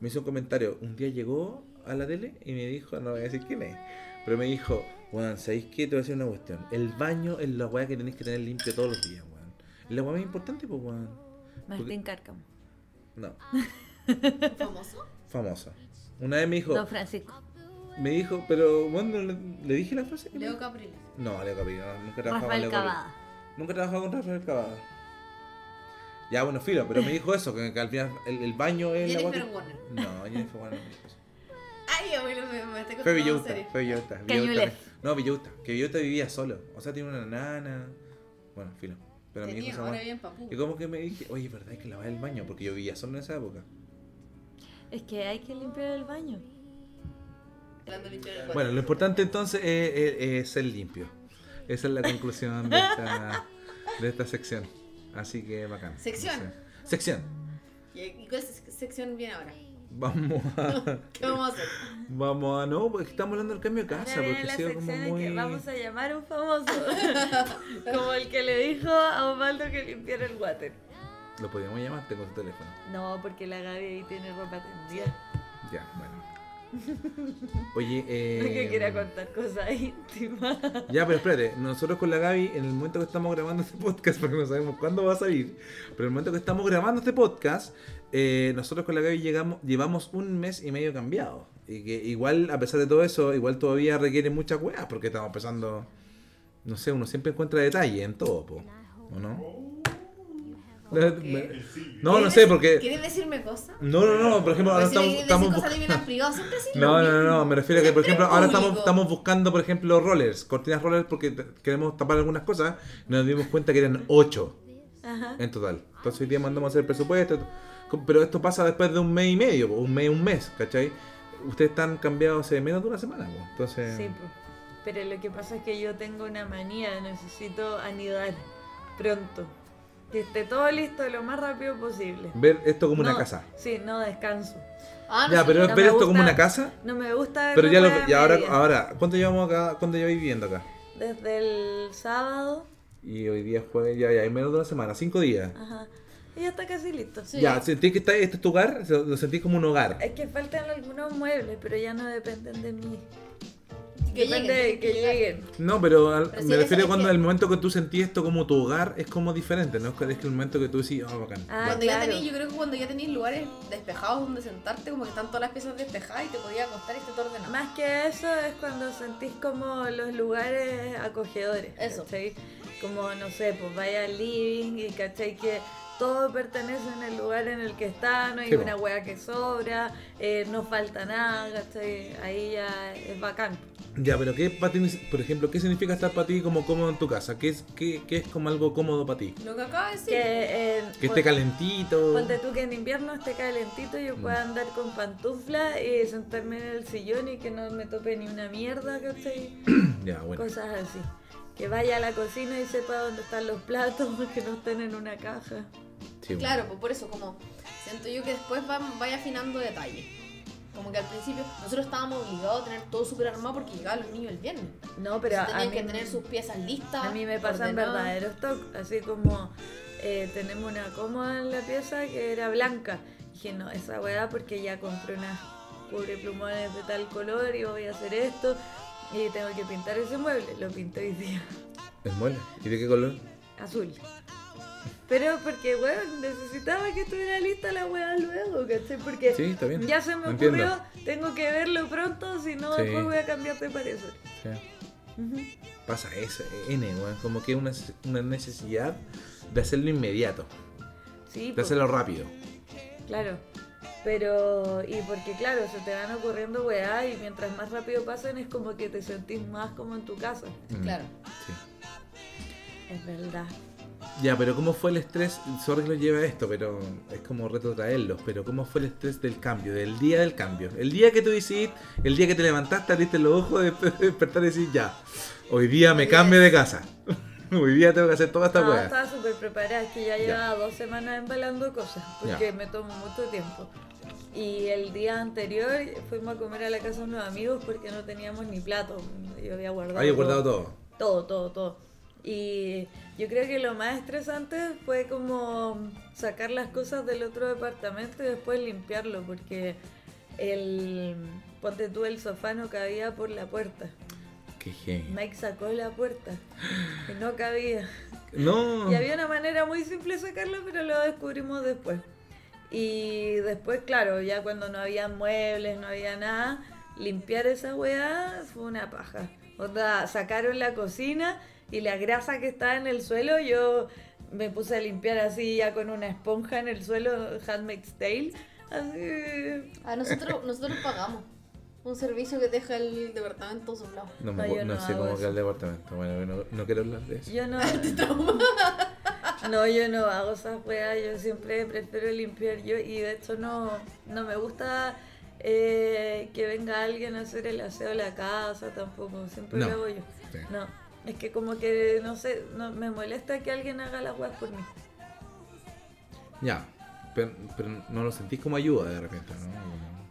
Me hizo un comentario. Un día llegó a la tele y me dijo, no voy a decir quién es, pero me dijo, weón, ¿sabéis qué? Te voy a decir una cuestión. El baño es la weá que tenéis que tener limpio todos los días, weón. Es la weá más importante, pues, weón. Martín Cárcamo. No, ¿Famoso? famosa. Una vez me dijo, Don Francisco. me dijo, pero bueno, le, le dije la frase. que me- Leo Capriles. No, Leo Capri, no, nunca he trabajado Rafael con Leo Capri. Cavada. Nunca he trabajado con Rafael Cavada. Ya, bueno, filo, pero me dijo eso, que, que al final el, el baño es la Jennifer guata- Warner. No, Jennifer Warner no me dijo eso. Ay, abuelo, me, me estoy Fue contando Villota, serio. fue Villota. Cañuelas. Villota- No, Villota, que Villota vivía solo. O sea, tiene una nana. Bueno, filo. Pero me dijo Tenía, esa ahora guata. bien papú. Y como que me dije, oye, ¿verdad es que lavaba el baño? Porque yo vivía solo en esa época. Es que hay que limpiar el baño. Hablando limpio del cuerpo. Bueno, lo importante entonces es, es- es ser limpio. Esa es la conclusión de esta, de esta sección. Así que bacán. Sección. No sé. Sección. ¿Y- ¿Y cuál se- sección viene ahora? Vamos a. ¿Qué vamos a hacer? Vamos a. No, porque estamos hablando del cambio de casa. Ahora viene Porque ha la sido sección como en que muy. vamos a llamar a un famoso. como el que le dijo a Osvaldo que limpiara el water. Lo podríamos llamar, tengo su teléfono. No, porque la Gaby ahí tiene ropa tendida. Ya, bueno. Oye, eh. Porque quiera contar cosas íntimas. Ya, pero espérate, nosotros con la Gaby, en el momento que estamos grabando este podcast, porque no sabemos cuándo va a salir, pero en el momento que estamos grabando este podcast, eh, nosotros con la Gaby llegamos, llevamos un mes y medio cambiado. Y que igual, a pesar de todo eso, igual todavía requiere muchas weas, porque estamos pensando, no sé, uno siempre encuentra detalle en todo, po, ¿o no? Oh, No, no sé, porque... ¿Quieres decirme cosas? No, no, no, por ejemplo, ahora Porque si estamos, le quieres estamos buscando... decir cosas divinas privadas, siempre sí lo No, no, mismo. no, no, me refiero a que, por Siempre ejemplo, ahora público. estamos, estamos buscando, por ejemplo, rollers, cortinas rollers, porque t- queremos tapar algunas cosas. y Nos dimos cuenta que eran 8 Ajá. en total. Entonces hoy día mandamos a hacer el presupuesto. co- Pero esto pasa después de un mes y medio, po, un mes, un mes, ¿cachai? Ustedes están cambiados hace menos de una semana, po, entonces. Sí, pues. Pero lo que pasa es que yo tengo una manía, necesito anidar pronto. Que esté todo listo lo más rápido posible. Ver esto como una No, casa. Sí, no descanso. Ah, no Ya, sé, pero no ver me esto como gusta. una casa. No me gusta ver Pero ya lo, una y ahora, media. ahora, ¿cuánto llevamos acá? ¿Cuánto lleváis viviendo acá? Desde el sábado. Y hoy día es jueves, ya, ya, hay menos de una semana, cinco días. Ajá. Y ya está casi listo. Sí. Ya, ¿sentís que está, este es tu hogar? ¿Lo sentís como un hogar? Es que faltan algunos muebles, pero ya no dependen de mí. que Depende de lleguen, que lleguen. No, pero, al- Pero sí, me eso refiero es cuando que- el momento que tú sentís esto como tu hogar es como diferente, ¿no? Es que es que el momento que tú decís, oh, bacán. Ah, Cuando ya claro. tenéis, yo creo que cuando ya tenéis lugares despejados donde sentarte, como que están todas las piezas despejadas y te podías acostar y te todo ordenado. Más que eso es cuando sentís como los lugares acogedores. Eso. ¿cachai? Como, no sé, pues vaya al living y cachai que todo pertenece en el lugar en el que está, no hay Sí, po. una hueá que sobra, eh, no falta nada, ¿cachai? Ahí ya es bacán. Ya, pero ¿qué para ti, por ejemplo, qué significa estar para ti como cómodo en tu casa? ¿Qué es, qué, qué es como algo cómodo para ti? Lo que acaba de decir. Que, eh, Que pon- esté calentito. Ponte tú que en invierno esté calentito y yo pueda andar con pantuflas y sentarme en el sillón y que no me tope ni una mierda, ¿cachai? Ya, bueno. Cosas así. Que vaya a la cocina y sepa dónde están los platos, que no estén en una caja. sí, bueno. Claro, pues por eso, como siento yo que después va- vaya afinando detalles. Como que al principio nosotros estábamos obligados a tener todo súper armado porque llegaban los niños el viernes. No, pero Pero a tenían mí, que tener sus piezas listas. a mí me pasan ordenadas. verdaderos toques. Así como eh, tenemos una cómoda en la pieza que era blanca. Dije, no, esa weá porque ya compré unas cubre plumones de tal color y voy a hacer esto. Y tengo que pintar ese mueble. Lo pinté hoy día. Es mola. ¿Y de qué color? Azul. Pero porque, weón, necesitaba que estuviera lista la weá luego, ¿cachai? Porque Sí, está bien. ya se me Lo ocurrió, entiendo. tengo que verlo pronto, si no Sí. después voy a cambiar de parecer. Sí. Ujú. Pasa esa N, weón. Como que es una, una necesidad de hacerlo inmediato, Sí, de po, hacerlo rápido. claro. Pero, y porque claro, se te van ocurriendo weá y mientras más rápido pasan es como que te sentís más como en tu casa. Mm, Claro. sí. Es verdad. Ya, pero ¿cómo fue el estrés? Sorry que lo lleve a esto, pero es como retrotraerlos. Pero ¿cómo fue el estrés del cambio, del día del cambio? El día que tú hiciste, el día que te levantaste, abriste los ojos, después de despertar y decís, ya, hoy día me cambio de casa. hoy día tengo que hacer toda esta No, weá. estaba súper preparada, es que ya llevaba dos semanas embalando cosas, porque me tomó mucho tiempo. Y el día anterior fuimos a comer a la casa de unos amigos porque no teníamos ni plato. Yo había guardado, Había guardado todo. todo, todo, todo. Y yo creo que lo más estresante fue como sacar las cosas del otro departamento y después limpiarlo, porque el ponte tú el sofá no cabía por la puerta. Qué genio. Mike sacó la puerta y no cabía. No. Y había una manera muy simple de sacarlo, pero lo descubrimos después. Y después, claro, ya cuando no había muebles, no había nada, limpiar esa weá fue una paja. O sea, sacaron la cocina y la grasa que estaba en el suelo, yo me puse a limpiar así ya con una esponja en el suelo, Handmaid's Tale. Así. A nosotros, nosotros pagamos un servicio que deja el departamento soplado. No, No, me, yo acu- no, no sé hago cómo eso. queda el departamento. Bueno, no, no quiero hablar de eso. Yo no. No, yo no hago esas weas, yo siempre prefiero limpiar yo y de hecho no, no me gusta eh, que venga alguien a hacer el aseo de la casa tampoco, siempre No. lo hago yo. Sí. No, es que como que no sé, no, me molesta que alguien haga las weas por mí. Ya, pero, pero no lo sentís como ayuda de repente,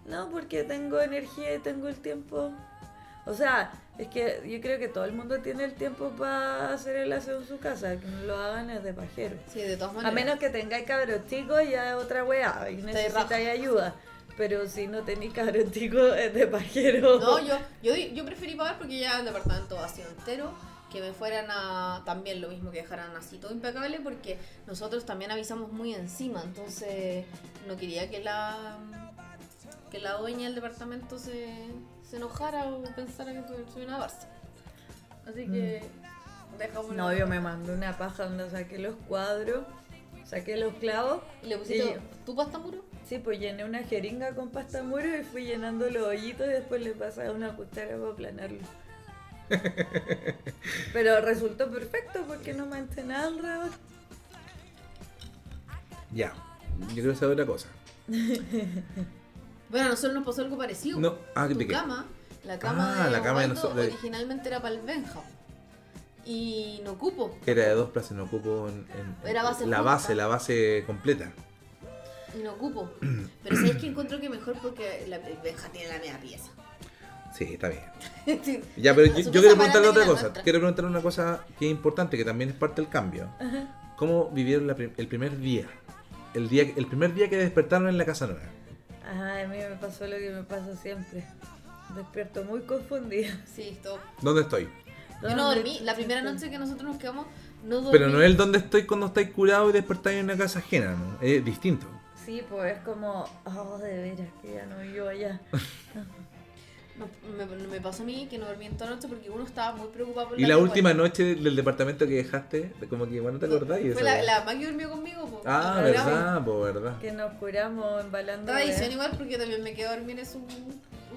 ¿no? No, porque tengo energía y tengo el tiempo. O sea, es que yo creo que todo el mundo tiene el tiempo para hacer el aseo en su casa, que no lo hagan es de pajero. Sí, de todas A maneras. menos que tengáis cabros chicos, ya es otra weá y necesitáis ayuda. Pero si no tenéis cabros chicos, es de pajero. No, yo, yo, di- yo preferí pagar porque ya el departamento vacío entero, que me fueran a también lo mismo que dejaran así todo impecable porque nosotros también avisamos muy encima, entonces no quería que la que la dueña del departamento se, se enojara o pensara que soy- soy una barça. Así que dejamos Mm. No, yo me mandé una paja donde saqué los cuadros, saqué los clavos. y le pusiste y- tu pasta muro. Sí, pues llené una jeringa con pasta muro y fui llenando los hoyitos y después le pasaba una cuchara para aplanarlo. Pero resultó perfecto porque no manché nada alrededor. Ya, yo quiero saber una cosa. Bueno, a nosotros nos pasó algo parecido. No, ah, tu ¿de qué? cama, la cama Ah, de la cama de Osvaldo nosotros, de- originalmente era para el Benja. Y no cupo. Era de dos plazas, no ocupo en, en- Era base la junta. base, la base completa. Y no cupo. Pero sabes que encuentro que mejor porque la el Benja tiene la media pieza. Sí, está bien. Sí. Ya, pero yo, Ah, yo Su pieza quiero preguntarle barata otra que la cosa. nuestra. Quiero preguntarle una cosa que es importante, que también es parte del cambio. ¿Cómo vivieron la prim- el primer día? El, día? el primer día que despertaron en la casa nueva. Ay, a mí me pasó lo que me pasa siempre. Despierto muy confundida. Sí, todo. ¿Dónde estoy? Yo no dormí. La primera noche que nosotros nos quedamos, no dormí. Pero no es el dónde estoy cuando estáis curado y despertáis en una casa ajena, ¿no? Es distinto. Sí, pues es como, oh, de veras, que ya no vivo allá. No, me, me pasó a mí que no dormí en toda la noche porque uno estaba muy preocupado por Y la memoria. última noche del departamento que dejaste, como que bueno, ¿te acordáis? de Fue esa la, weá? la Maggie durmió conmigo. po. Ah, Nos programa. verdad, po, verdad. Que nos curamos embalando. Tradición weas. igual porque también me quedé a dormir en su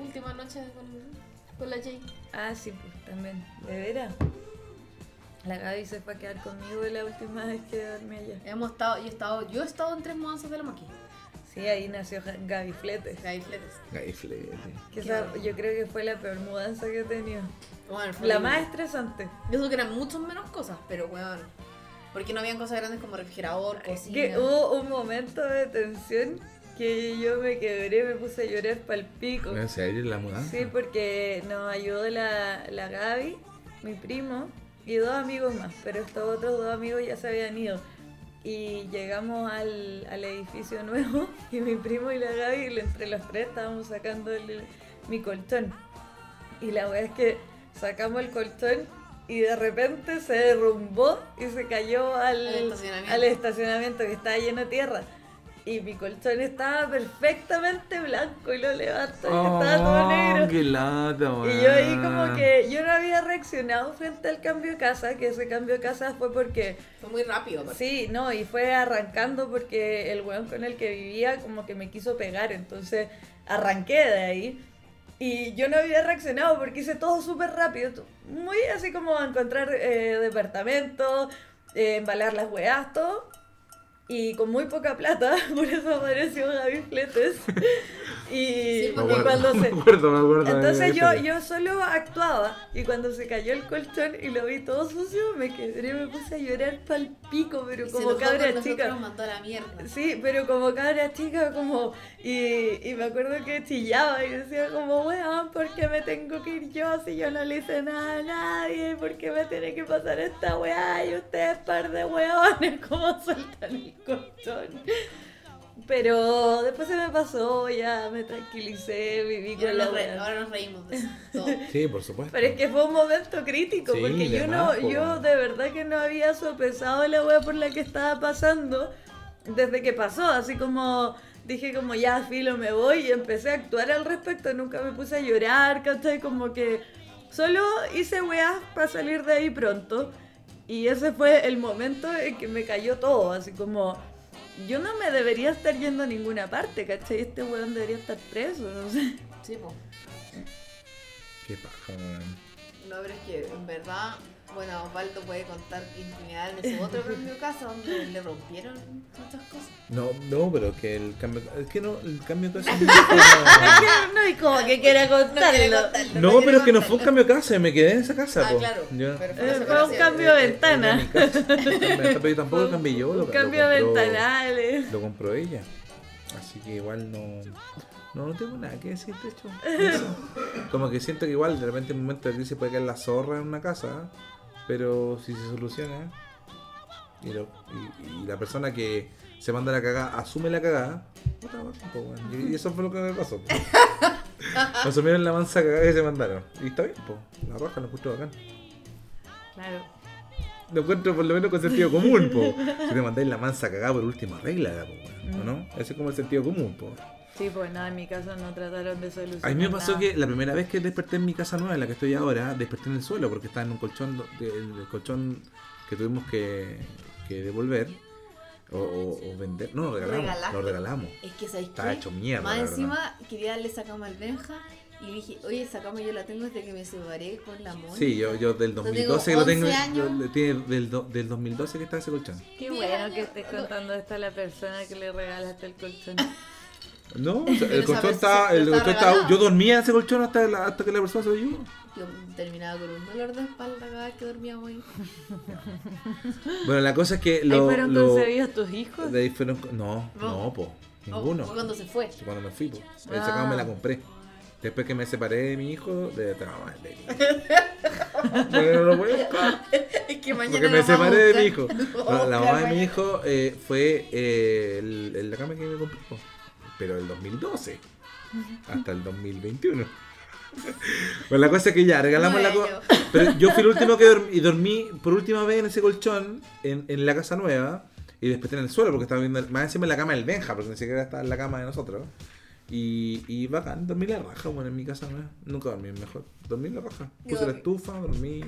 última noche con, con la Jay. Ah, sí, pues también, de veras. La Gaby se fue a quedar conmigo la última vez que dormí allá. Hemos estado, yo he estado, yo he estado en tres mudanzas de la Maki. Sí, ahí nació Ja- Gaby Fletes. Gaby Fletes. Ay, flete. Que Qué esa- bueno. yo creo que fue la peor mudanza que he tenido. Bueno, fue La horrible. más estresante. Yo creo que eran muchas menos cosas, pero weón. Porque no habían cosas grandes como refrigerador, cocina. Que hubo un momento de tensión que yo me quebré, me puse a llorar pa'l pico. ¿En serio la mudanza? pues, Sí, porque nos ayudó la, la Gaby, mi primo, y dos amigos más, pero estos otros dos amigos ya se habían ido. Y llegamos al, al edificio nuevo y mi primo y la Gaby, entre los tres, estábamos sacando el- mi colchón. Y la verdad es que sacamos el colchón y de repente se derrumbó y se cayó al, Al estacionamiento. al estacionamiento que estaba lleno de tierra. Y mi colchón estaba perfectamente blanco y lo levanto y estaba todo negro. Oh, qué lata, Y yo ahí weón. como que yo no había reaccionado frente al cambio de casa, que ese cambio de casa fue porque Fue muy rápido. aparte. Sí, no, y fue arrancando porque el weón con el que vivía como que me quiso pegar, entonces arranqué de ahí. Y yo no había reaccionado porque hice todo súper rápido, tu- muy así como encontrar eh, departamento, eh, embalar las weas, todo. Y con muy poca plata, por eso apareció Gaby Fletes. y, Sí, y Me porque acuerdo, cuando me se... acuerdo, me acuerdo. de- Entonces yo, yo solo actuaba y cuando se cayó el colchón y lo vi todo sucio, me quedé, me puse a llorar pal pico, pero Y se como enojó con cabra nosotros, chica. nos mandó a la mierda. Sí, pero como cabra chica, como. Y, y me acuerdo que chillaba y decía, como, weón, ¿por qué me tengo que ir yo si yo no le hice nada a nadie? ¿Por qué me tiene que pasar esta weá? Y ustedes, par de weones, como sueltan el colchón. Pero después se me pasó, ya me tranquilicé, viví Y ahora, con la nos re- weá. ahora nos reímos de eso. todo. Sí, por supuesto. Pero es que fue un momento crítico, Sí, porque de más, yo no, po. yo de verdad que no había sopesado la wea por la que estaba pasando desde que pasó, así como dije como ya filo me voy y empecé a actuar al respecto, nunca me puse a llorar, ¿cachai? Como que solo hice weas para salir de ahí pronto y ese fue el momento en que me cayó todo, así como yo no me debería estar yendo a ninguna parte, ¿cachai? Este weón debería estar preso, no sé. Sí, po. Qué paja, weón. No, pero es que en verdad, bueno, Osvaldo puede contar intimidad de su otro propio caso donde le rompieron muchas cosas. No, no, pero que el cambio. Es que no, el cambio de casa. no- No, y como que quiera contarlo. No, pero es que no fue un cambio de casa, me quedé en esa casa. Ah, po. claro, Ya. pero fue Eh, una fue un separación. cambio de Eh, eh, era mi ventana. casa. También- Pero tampoco cambié yo. Lo, Un lo cambio de compró- ventanales. Lo compró ella. Así que igual no. No, no tengo nada que decir, de hecho. de eso. Como que siento que igual de repente en un momento de crisis puede caer la zorra en una casa. Pero si se soluciona. Y, lo- y- y la persona que se manda la cagada asume la cagada. puta, po, weón. Y y eso fue lo que me pasó. po. Asumieron la mansa cagada que se mandaron. Y está bien, po. La roja lo encuentro bacán. Claro. Lo encuentro por lo menos con sentido común, po. Si te mandáis la mansa cagada por último, arréglala, po, weón, ¿o no? Ese es como el sentido común, po. Sí, pues nada, en mi caso no trataron de solucionar. A mí me pasó nada. que la primera vez que desperté en mi casa nueva, en la que estoy ahora, desperté en el suelo porque estaba en un colchón, do- de- el colchón que tuvimos que, que devolver o, o- o vender. No, lo regalamos. Regalaste. Lo regalamos. Es que sabéis Estaba qué? hecho mierda, Más la verdad. encima quería darle esa cama al Benja y le dije, oye, esa cama yo la tengo desde que me separé con la Moni. Sí, yo, yo del Yo 2012 tengo que lo tengo. 11 yo- años. tiene del, do- del 2012 que está ese colchón. Qué bueno que estés contando esto a la persona que le regalaste el colchón. No, o sea, Pero el colchón sabes, está. se- El lo está colchón está regalado. yo dormía en ese colchón hasta, la- hasta que la persona se lo llevó. Yo terminaba con un dolor de espalda cada vez que dormía muy. Bueno, la cosa es que ¿Ahí lo. fueron lo- concebidos tus hijos? de ahí fueron- no, No. no, po. Ninguno. Oh, fue cuando se fue. Cuando me fui, po. Ah. Esa cama me la compré. Después que me separé de mi hijo, de la mamá de él. Porque no lo voy a buscar. es que mañana. Porque me nos vamos a separé de mi hijo. buscar. Nos vamos No, a la buscar mamá de mi mañana. hijo eh, fue eh, el- el- la cama que me compré. po. Pero el 2012. Hasta el 2021. Bueno, Pues la cosa es que ya regalamos la Bueno. cama. Pero yo fui el último que dormí, y dormí por última vez en ese colchón en, en la casa nueva y después en el suelo porque estaba viendo más encima en la cama del Benja porque ni siquiera estaba en la cama de nosotros. Y, y bacán, dormí la raja, bueno, en mi casa nueva. Nunca dormí mejor. Dormí la raja. Yo Puse la dormí. estufa, dormí.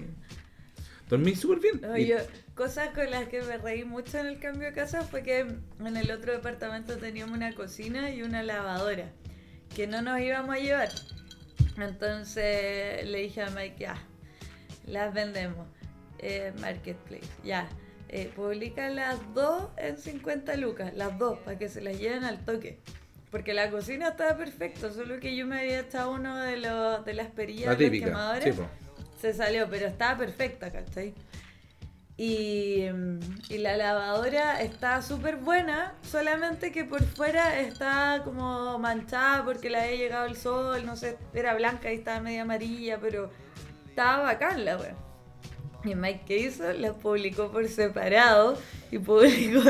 Dormí súper bien. No, Y- yo, cosas con las que me reí mucho en el cambio de casa fue que en el otro departamento teníamos una cocina y una lavadora que no nos íbamos a llevar. Entonces le dije a Mike, ya, las vendemos. Eh, marketplace, ya. Eh, publica las dos en 50 lucas, las dos, para que se las lleven al toque. Porque la cocina estaba perfecta, solo que yo me había echado uno de, los, de las perillas la de los típica. quemadores Sí, pues. po. se salió, pero estaba perfecta, ¿cachai? Y, mm, y la lavadora está súper buena, solamente que por fuera está como manchada porque le había llegado el sol, no sé, era blanca y estaba media amarilla, pero estaba bacán la wea. Y Mike, ¿qué hizo? La publicó por separado y publicó,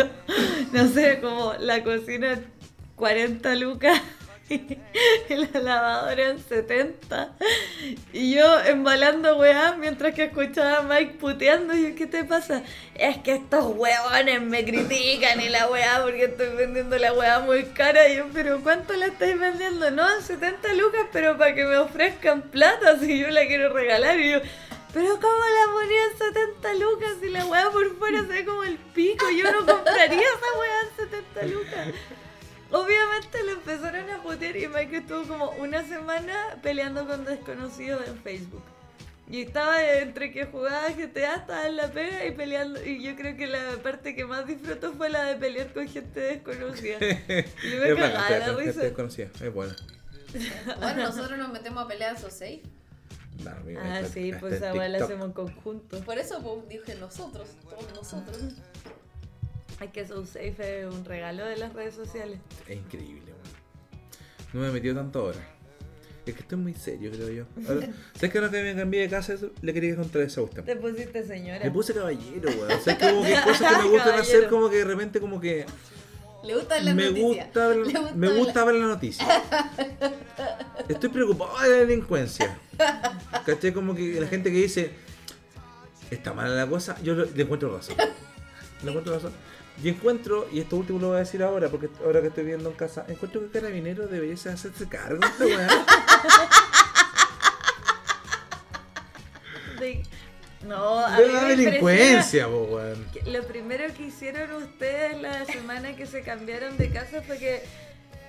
no sé, como la cocina 40 lucas la lavadora en 70. Y yo embalando weá mientras que escuchaba a Mike puteando. Y yo, ¿qué te pasa? Es que estos huevones me critican y la weá porque estoy vendiendo la weá muy cara. Y yo, ¿pero cuánto la estáis vendiendo? No, 70 lucas, pero para que me ofrezcan plata si yo la quiero regalar. Y yo, pero ¿cómo la ponía en 70 lucas si la weá por fuera se ve como el pico? Yo no compraría esa weá en 70 lucas. Obviamente lo empezaron a putear y Mike estuvo como una semana peleando con desconocidos en Facebook. Y estaba entre que jugaba GTA, estaba en la pega y peleando. Y yo creo que la parte que más disfrutó fue la de pelear con gente desconocida. Y yo me es buena, cagaba la es- este es risa. desconocida, es buena. Bueno, nosotros nos metemos a pelear en safe. Nah, mira, Ah, hasta- sí, hasta pues en esa weá este la TikTok. hacemos en conjunto. Por eso pues, dije nosotros, todos nosotros. Es que So Safe es un regalo de las redes sociales. Es increíble, weón. No me he metido tanto ahora. Es que estoy muy serio, creo yo. Ahora, ¿Sabes que ahora que me cambié de casa eso- le quería contar esa cuestión? Te pusiste señora. Me puse caballero, weón. O sea, como que cosas que me gustan Caballero. hacer, como que de repente, como que. Le gustan las Me noticias. gusta, ver- Le gusta me ver gusta ver la noticia. Estoy preocupado de la delincuencia. ¿Cachai? Como que la gente que dice, está mala la cosa, yo lo- le encuentro razón. Le encuentro razón. Y encuentro, y esto último lo voy a decir ahora, porque ahora que estoy viendo en casa, encuentro que Carabinero debería hacerse cargo de esta weá. De- No, a De mí la me delincuencia, po, weón. impresiona que Lo primero que hicieron ustedes la semana que se cambiaron de casa fue que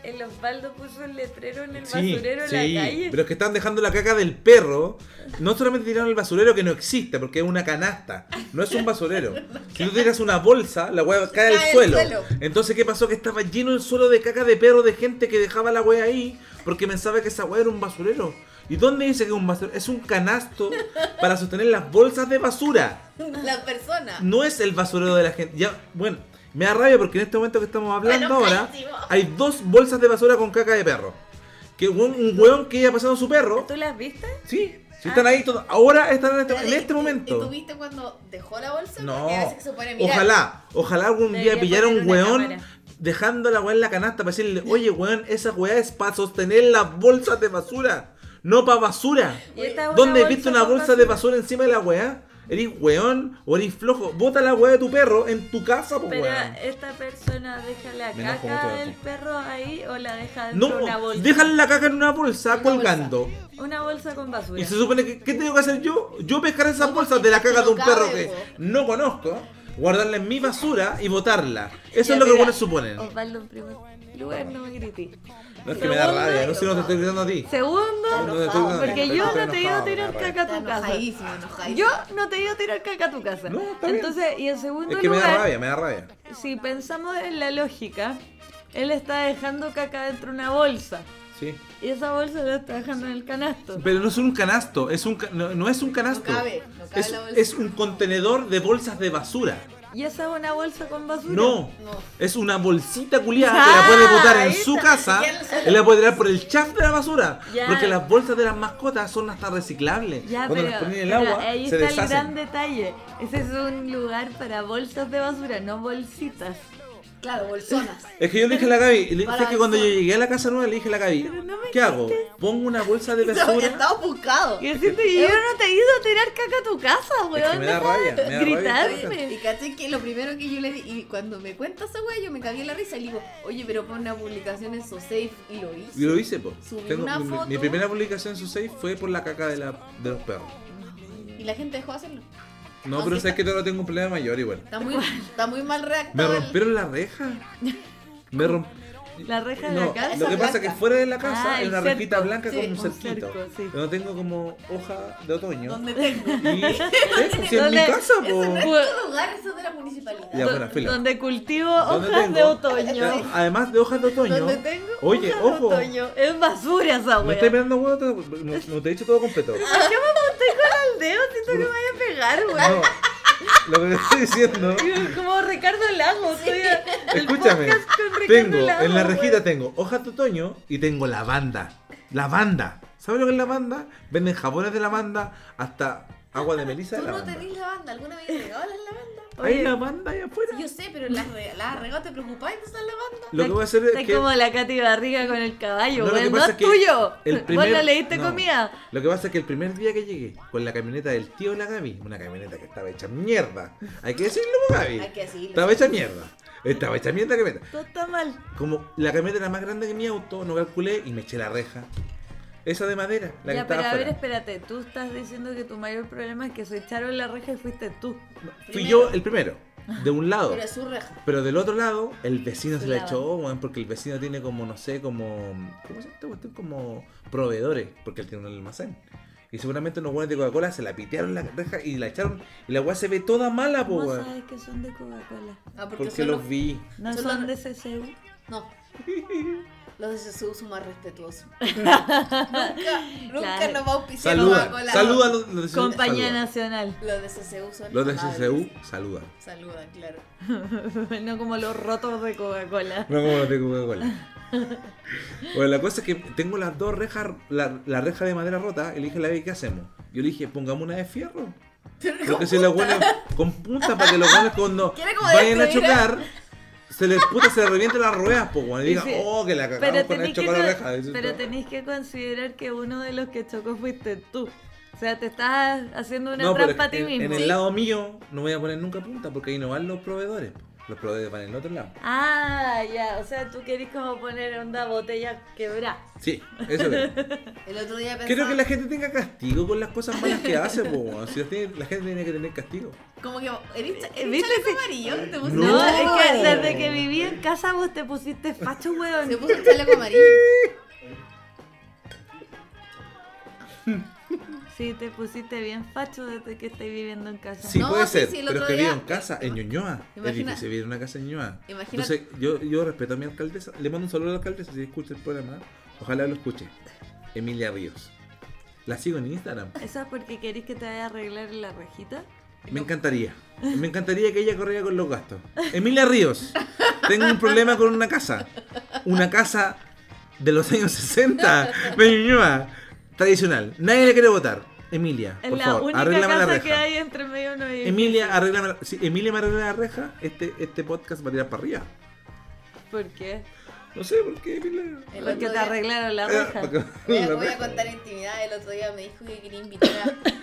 el Osvaldo puso el letrero en el basurero en la calle. Pero es que están dejando la caca del perro. No solamente tiraron el basurero que no existe, porque es una canasta. No es un basurero. si tú tiras una bolsa, la hueá cae, al Cae al suelo. suelo. Entonces, ¿qué pasó? Que estaba lleno el suelo de caca de perro de gente que dejaba la hueá ahí porque pensaba que esa hueá era un basurero. ¿Y dónde dice que es un basurero? Es un canasto para sostener las bolsas de basura La persona. no es el basurero de la gente. Ya, bueno, me da rabia porque en este momento que estamos hablando Bueno, ahora, carísimo. hay dos bolsas de basura con caca de perro. Que un, un hueón que haya pasado su perro, ¿Tú las viste? sí, sí están ahí todos. Ahora están en este, Espérate, en este ¿y- ¿Y momento. tuviste cuando dejó la bolsa? No, Porque a veces que se pone a mirar. ojalá, ojalá algún día Debería pillara poner un una hueón cámara. dejando la hueá en la canasta para decirle, oye hueón, esa hueá es para sostener las bolsas de basura, no para basura. Y esta es una ¿Dónde has visto una con bolsa de basura encima de la weá? ¿Eres weón o eres flojo? Bota la weá de tu perro en tu casa, pues Pero eh, weón. esta persona deja la Me enojo mucho caca de del esto. perro ahí o la deja dentro de una No, bolsa. dejan la caca en una bolsa Una colgando. Una bolsa con basura. Y se supone que, ¿qué tengo que hacer yo? Yo pescar esas No, bolsas porque de la caca de un no perro cabe, que po. no conozco, guardarla en mi basura y botarla. Eso Ya, es lo que mira, weones suponen. Osvaldo en primer lugar, no me grité. No es que me da segundo- rabia, no sé si no te estoy gritando a ti. Segundo, No, no, estoy- no, porque estoy- yo estoy no te iba a enojado, me tirar da caca a Está tu casa. enojadísimo, enojadísimo. Yo no te iba a tirar caca a tu casa. No, está bien. Entonces, y en segundo Es que me da lugar, rabia, me da rabia. si pensamos en la lógica, él está dejando caca dentro de una bolsa. Sí. Y esa bolsa la está dejando en el canasto. Pero no es un canasto, es un ca- no, no es un canasto. cabe, no cabe es, la bolsa. es un contenedor de bolsas de basura. Y esa es una bolsa con basura. No. No. Es una bolsita culiada que la puede botar en ahí su está. casa Ya lo sé. y la puede tirar por el chaf de la basura. Ya. Porque las bolsas de las mascotas son hasta reciclables. Ya, Cuando pero, las ponen en el pero agua, ahí se está el gran deshacen. detalle. Ese es un lugar para bolsas de basura, no bolsitas. Claro, bolsonas. Es que yo le dije a la Gaby, y le- Para ¿sabes que cuando yo eso. llegué a la casa nueva le dije a la Gaby, Pero no me ¿qué hago? ¿Pongo una bolsa de basura? Estaba buscado. Y así te- yo no te he ido a tirar caca a tu casa, que weón. me da deja de rabia, me da rabia. gritarme. Y caché que lo primero que yo le di, y cuando me cuenta esa wea, yo me cagué en la risa y le digo, oye, pero pon una publicación en SoSafe y lo hice. Y lo hice, po. Subí Tengo- una mi- mi, foto. primera publicación en su safe fue por la caca de, la, de los perros. Y la gente dejó de hacerlo. No, Ah, Así pero está. sabes que ahora tengo un problema mayor igual. Está muy, está muy mal Me redactado. el- rompieron la reja. Me romp... La reja de No, la casa. Lo que pasa es que fuera de la casa Ah, hay el una rejita cerco. blanca Sí, con un un cerquito. cerco, sí. Donde tengo como hoja de otoño. Donde tengo. Y ¿Eh? si en mi Donde- casa, po. Eso no es tu lugar, eso es de la Ya, pues, municipalidad. bueno, Do- filo. Donde cultivo Donde hojas tengo- de otoño. Además de hojas de otoño. Donde eh. tengo Oye, hojas ojo. de otoño. Es basura esa No wea. estoy mirando huevo, te- no, no te he dicho todo completo. ¿Por qué me monté con el dedo? Siento que me vaya a pegar, weón. No, lo que te estoy diciendo. Como Ricardo Lago. Soy a- el Escúchame. podcast con Ricardo Tengo, Lago, en la weón. rejita tengo hojas de otoño y tengo lavanda. Lavanda. ¿Sabes lo que es lavanda? Venden jabones de lavanda hasta agua de melisa Tú de no lavanda. tenés lavanda, ¿alguna vez te regalas lavanda? Hay Oye, una banda allá afuera. Yo sé, pero la, re- la regata te preocupáis de estar la banda. Lo que voy a hacer Está es que. como la Katy Barriga con el caballo, No, lo que weón. No, pasa es es que tuyo. el Vos primer- no le diste no. comida. Lo que pasa es que el primer día que llegué con la camioneta del tío de la Gaby, una camioneta que estaba hecha mierda. Hay que decirlo, po, Gaby. Hay que decirlo. Estaba hecha mierda. Estaba hecha mierda la camioneta. Todo está mal. Como la camioneta era más grande que mi auto, no calculé y me eché la reja. Esa de madera, la que ya, estaba pero a ver, afuera. espérate. Tú estás diciendo que tu mayor problema es que se echaron la reja y fuiste tú. Fui primero. yo el primero, de un lado. Pero es su reja. Pero del otro lado, el vecino se la Lava. echó, weón, porque el vecino tiene como, no sé, como. ¿Cómo se llama esta cuestión? Como proveedores, porque él tiene un almacén. Y seguramente unos weones de Coca-Cola se la pitearon la reja y la echaron. Y la weá se ve toda mala, po, ¿Cómo weón. sabes que son de Coca-Cola? Ah, porque, Porque son los vi. No Son son, de las- CCU. No. Los de CSU son más respetuosos. nunca nunca Claro. nos va a auspiciar Saluda, Coca-Cola. saluda a los los de CCU. Compañía saluda. Nacional. Los de CSU son Los de amables. CCU, saluda. Saludan, claro. no como los rotos de Coca-Cola. No como los de Coca-Cola. Bueno, la cosa es que tengo las dos rejas, la, la reja de madera rota, y le dije a la Gaby, ¿qué hacemos? Yo le dije, pongamos una de fierro. Porque si los buenos con punta para que los buenos cuando Quiere como vayan a destruir ¿eh? chocar, se les puta, se les revienten las ruedas, pues bueno, y digan, Sí. oh, que la cagamos Pero con el tenéis que, chocolate con- reja. Dice, pero no. tenés que considerar que uno de los que chocó fuiste tú. O sea, te estás haciendo una No, pero trampa a ti en, en mismo. el lado mío no voy a poner nunca punta porque ahí no van los proveedores. po. Los proveedores van en el otro lado. Ah, ya, o sea, tú querés como poner onda botella quebrada. Sí, eso es. El otro día pensaba, Quiero que la gente tenga castigo con las cosas malas que hace, po. weón. Si las tiene- la gente tiene que tener castigo. como que eres, eres ¿Viste chaleco ese- amarillo, te No, puse No. es que desde que viví en casa vos te pusiste facho, se weón. puso el chaleco amarillo. Sí, te pusiste bien facho desde que estoy viviendo en casa. Sí, No, puede sí, ser, sí, el pero es otro que día- vivo en casa, en Ñuñoa. Es Imagina- difícil vivir en una casa en Ñuñoa. Imagina- Entonces, yo, yo respeto a mi alcaldesa. Le mando un saludo a la alcaldesa si escucha el programa. Ojalá lo escuche. Emilia Ríos. La sigo en Instagram. ¿Eso es porque querés que te vaya a arreglar la rejita? Me encantaría. Me encantaría que ella corriera con los gastos. Emilia Ríos. Tengo un problema con una casa. Una casa de los años 60. De Ñuñoa. Tradicional. Nadie le quiere votar. Emilia, Es por la favor, única arréglame la casa reja. que hay entre medio no hay. Emilia, arréglame la- Si Emilia me arregla la reja, este, este podcast va a tirar para arriba. ¿Por qué? No sé por qué, Emilia. El Porque otro te día- arreglaron la Eh, reja. porque- Voy a, la voy a reja. contar intimidad. El otro día me dijo que quería invitar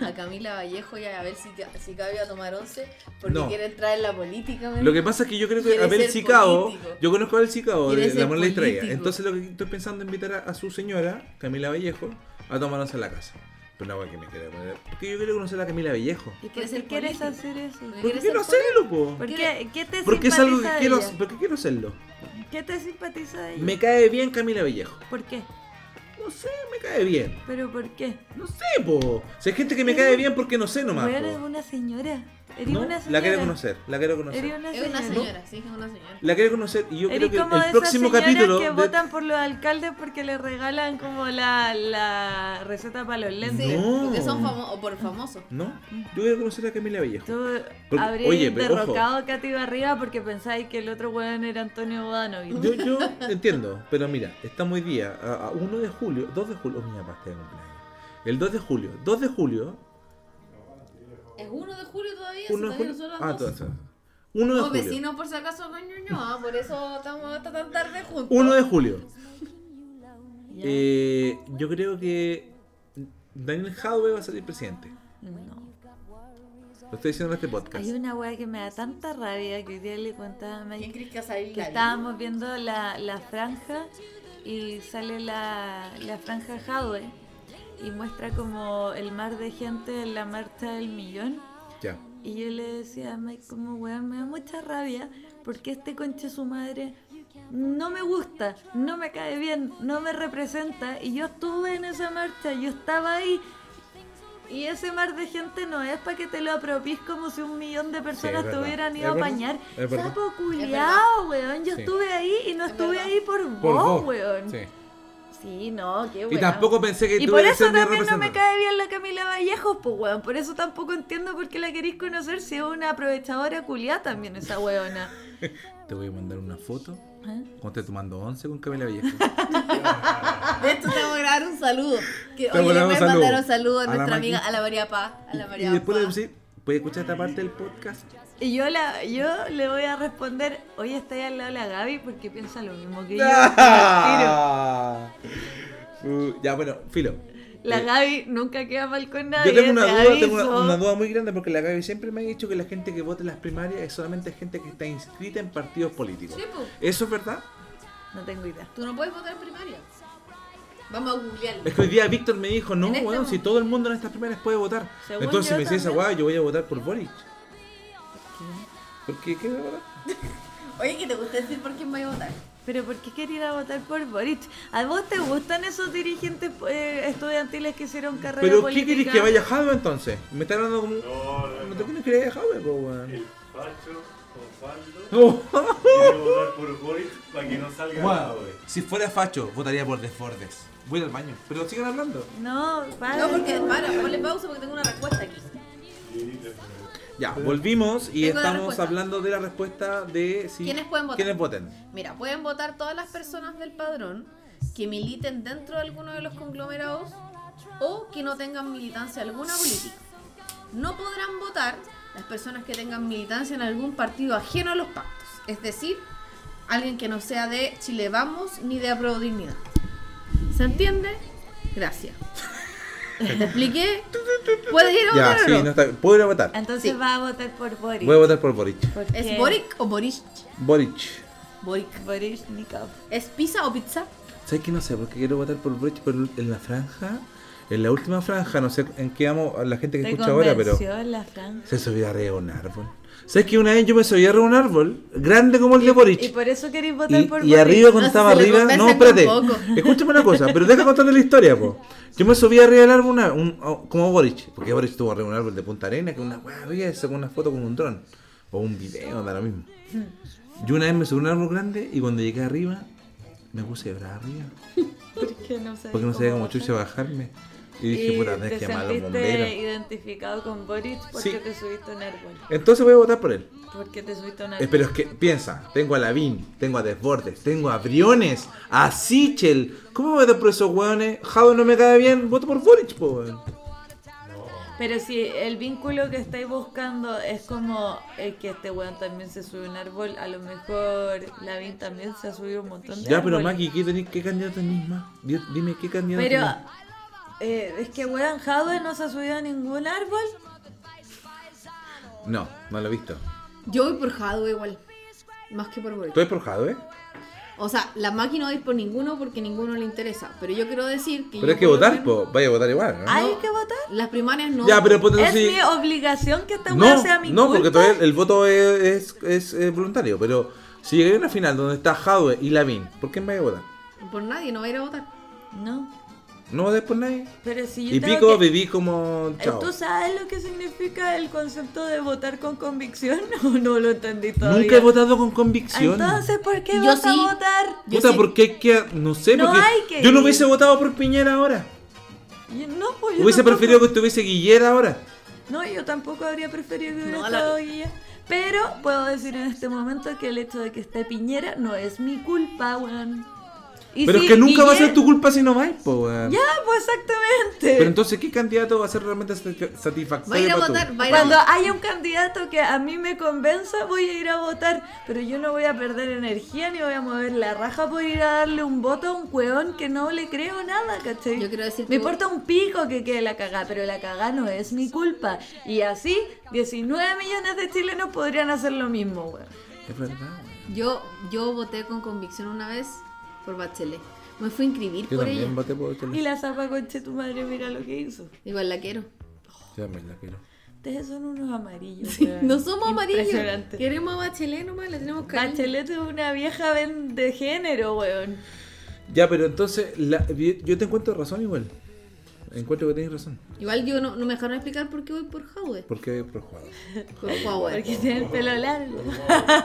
a, a Camila Vallejo y a ver si, ca- si cabe a tomar once porque No. quiere entrar en la política. me Lo que pasa es que yo creo que Quiere Abel ser Sicao, político. yo conozco a Abel Sicao, Quiere de ser la Mona Distraída. político. Entonces lo que estoy pensando es invitar a, a su señora, Camila Vallejo, a tomarnos a la casa. Pero la wea que me quiere poner. Porque yo quiero conocer a Camila Vallejo. ¿Y por Quiere qué ser quieres político. hacer eso? Porque ¿Por qué ¿Quieres quiero ser hacerlo, po? ¿Por qué? ¿Qué te Porque es simpatiza algo que de quiero, ella? porque quiero hacerlo. ¿Qué te simpatiza de ella? Me cae bien Camila Vallejo. ¿Por qué? No sé, me cae bien. ¿Pero por qué? No sé, po. Si hay gente que me cae bien porque no sé nomás. Weón, eres po. una señora. Eres No, una señora. la quiero conocer, la quiero conocer. Eres una Es una señora. señora, sí, es una señora. La quiero conocer y yo Eres creo como que el esas próximo señoras capítulo. que de- votan por los alcaldes porque les regalan como la, la receta para los lentes. Sí, No. porque son famosos, o por famosos. No, yo quiero conocer a Camila Vallejo. Tú Porque- habrías oye, pero ojo. derrocado a Katy Barriga porque pensáis que el otro weón era Antonio Bodanovich. Yo, yo entiendo, pero mira, estamos hoy día a, a 1 de julio, 2 de julio, oh, mi papá está de cumpleaños. El 2 de julio, 2 de julio, Es 1 de julio todavía, si 1 de todavía julio. no son las Ah, 12. todo, todo. 1 de No, julio. vecinos por si acaso con Ñuñoa, por eso estamos hasta tan tarde juntos. 1 de julio. Ya. Eh, yo creo que Daniel Jadwe va a salir presidente. No. Lo estoy diciendo en este podcast. Hay una weá que me da tanta rabia que hoy día le contaba a ¿Quién Mike crees que va a salir? que Gaby? estábamos viendo la, la franja y sale la, la franja Jadwe y muestra como el mar de gente en la marcha del millón. Ya. Y yo le decía a Mike como weón, me da mucha rabia porque este conche su madre no me gusta, no me cae bien, no me representa. Y yo estuve en esa marcha, yo estaba ahí. Y ese mar de gente no es para que te lo apropies como si un millón de personas te verdad. hubieran Es ido a verdad, apañar. es verdad. Sapo culiao, weón. Yo Sí. estuve ahí y no Es estuve verdad. ahí por vos, Por vos. Oh, weón. Sí. Sí. no, qué Y weón. tampoco pensé que Y tú por eres eso mi también no me representante. cae bien la Camila Vallejo, pues weón. Por eso tampoco entiendo por qué la queréis conocer si es una aprovechadora culiá también esa weona. Te voy a mandar una foto ¿Eh? cuando esté tomando 11 con Camila Vallejo. De esto te vamos a grabar un saludo. Que, Te oye, vamos a grabar un le voy a saludo. mandar un saludo a, A la nuestra amiga, Maki. a la María Paz. A la Y, María y después le Paz. decir, puedes escuchar esta parte del podcast Y yo, la, yo le voy a responder, oye, estoy al lado de la Gaby porque piensa lo mismo que yo. Ah. Uh, ya, bueno, filo. La Eh, Gaby nunca queda mal con nadie. Yo tengo una te duda, tengo una, aviso. una duda muy grande porque la Gaby siempre me ha dicho que la gente que vota en las primarias es solamente gente que está inscrita en partidos políticos. Sí, po. ¿Eso es verdad? No tengo idea. Tú no puedes votar en primaria. Vamos a googlearlo. Es que hoy día Víctor me dijo, no, En este weón, si momento. todo el mundo en estas primarias puede votar. Según Entonces yo me dice esa también. weá, yo voy a votar por Boric. ¿Por qué? ¿Qué voy a votar? Oye, que te gusta decir por quién voy a votar. Pero ¿por qué quería ir a votar por Boric? ¿A vos te gustan esos dirigentes eh, estudiantiles que hicieron carrera ¿Pero qué política? querés que vaya Jadwe entonces? Me está hablando como... No te tienes que ir a Jadwe, po, weón. El Pacho, Osvaldo, Oh. quiere votar por Boris para que no salga nada, güey. Si fuera facho, votaría por Desbordes. Voy al baño. Pero sigan hablando. No, para. Ah, No, porque para, ponle pausa porque tengo una respuesta aquí. Ya, volvimos y Tengo la estamos respuesta. hablando de la respuesta de si... ¿Quiénes pueden votar? ¿Quiénes voten? Mira, pueden votar todas las personas del padrón que militen dentro de alguno de los conglomerados o que no tengan militancia alguna política. No podrán votar las personas que tengan militancia en algún partido ajeno a los pactos, es decir, alguien que no sea de Chile Vamos ni de Apruebo Dignidad. ¿Se entiende? Gracias. ¿Te expliqué? ¿Puedes ir a Ya, votar sí, o no? no está bien. Puedo ir a votar. Entonces Sí. va a votar por Boric. Voy a votar por Boric. Porque ¿Es Boric o Boric? Boric. Boric. Boric Nikov. ¿Es pizza o pizza? ¿Sabes que no sé? Porque quiero votar por Boric, pero en la franja, en la última franja, no sé en qué amo a la gente que Te escucha ahora, pero convenció la franja. se subía arriba de un árbol. ¿Sabes que una vez yo me subí arriba de un árbol, grande como el de Boric? Y por eso queréis votar Y, por y Boric. arriba No cuando sé estaba si le arriba, no, convencen espérate, tampoco. escúchame una cosa, pero deja contarte la historia, po. Yo me subí arriba del árbol una- un- o- como Boric, porque Boric estuvo arriba de un árbol de Punta Arena, que una weá había, sacó una foto con un dron, o un video, da lo mismo. Yo una vez me subí a un árbol grande y cuando llegué arriba, me puse arriba, Porque no sabía porque no sabía cómo votar. chucha bajarme. Y dije, puta, tenés te que llamar a los sentiste bomberos. identificado con Boric porque Sí. te subiste a un árbol. Entonces voy a votar por él. Porque te subiste a un Eh, árbol. Pero es que, piensa, tengo a Lavín, tengo a Desbordes, tengo a Briones, a Sichel. ¿Cómo voy a votar por esos hueones? Jado no me cae bien, voto por Boric, po, weón. Pero si el vínculo que estáis buscando es como eh, que este weón también se sube a un árbol, a lo mejor Lavín también se ha subido un montón de Ya, pero árboles. Maki, ¿qué, tenés, qué candidato tenés más? Di- Dime, ¿qué candidato Pero tenés? eh, es que weón Jadwe no se ha subido a ningún árbol. Ah, No, no lo he visto. Yo voy por Hadwe igual. Más que por Boric. Tú eres por Jado, ¿eh? O sea, la máquina va a ir por ninguno porque ninguno le interesa. Pero yo quiero decir que. Pero yo hay que por lo votar, menos- po. Vaya a votar igual, ¿no? ¿Hay que votar? Las primarias no. Ya, pero ponte Es si- mi obligación que esta weá No, sea mi no, porque culpa. todavía el voto es, es, es, eh, voluntario. Pero si llegué a una final donde está Jadwe y Lavín, ¿por quién vaya a votar? Por nadie, no va a ir a votar. No, ¿No voté por nadie? pero si yo Y tengo Pico que- viví como... Eh, Chao. ¿Tú sabes lo que significa el concepto de votar con convicción? No, no lo entendí todavía. Nunca he votado con convicción. Entonces, ¿por qué Yo vas a sí. votar? Yo Puta, sí. porque hay que. No sé, No porque. hay que yo no ir. hubiese votado por Piñera ahora. Y- No, pues yo Hubiese tampoco- preferido que estuviese Guillera ahora. No, yo tampoco habría preferido que hubiera No, la- estado Guilla. Pero puedo decir en este momento que el hecho de que esté Piñera no es mi culpa, weón. Y Pero sí, es que nunca va a Guille- ser tu culpa si no vais, po, weón. Ya, pues exactamente. Pero entonces, ¿qué candidato va a ser realmente satisfa- Va a ir satisfactorio? a para tú? votar, va a ir a Cuando votar. haya un candidato que a mí me convenza, voy a ir a votar. Pero yo no voy a perder energía ni voy a mover la raja por ir a darle un voto a un cueón que no le creo nada, ¿cachai? Yo quiero decir me que- importa un pico que quede la cagá, pero la cagá no es mi culpa. Y así, 19 millones de chilenos podrían hacer lo mismo, weón. Es verdad, weón. Yo, yo voté con convicción una vez por Bachelet. Me fui a inscribir Yo por también ella. voté por Bachelet. Y la zapa conche tu madre, mira lo que hizo. Igual la quiero. Yo también la quiero. Ustedes son unos amarillos. weón. No somos amarillos. Impresionante. Queremos a Bachelet nomás, le tenemos cariño. Bachelet es una vieja ven- de género, weón. Ya, pero entonces, la- yo te encuentro razón igual. Encuentro que tenés razón. Igual yo no, no me dejaron explicar por qué voy por Hadwe. Porque por Huawei. Por Huawei. Porque tiene el pelo largo.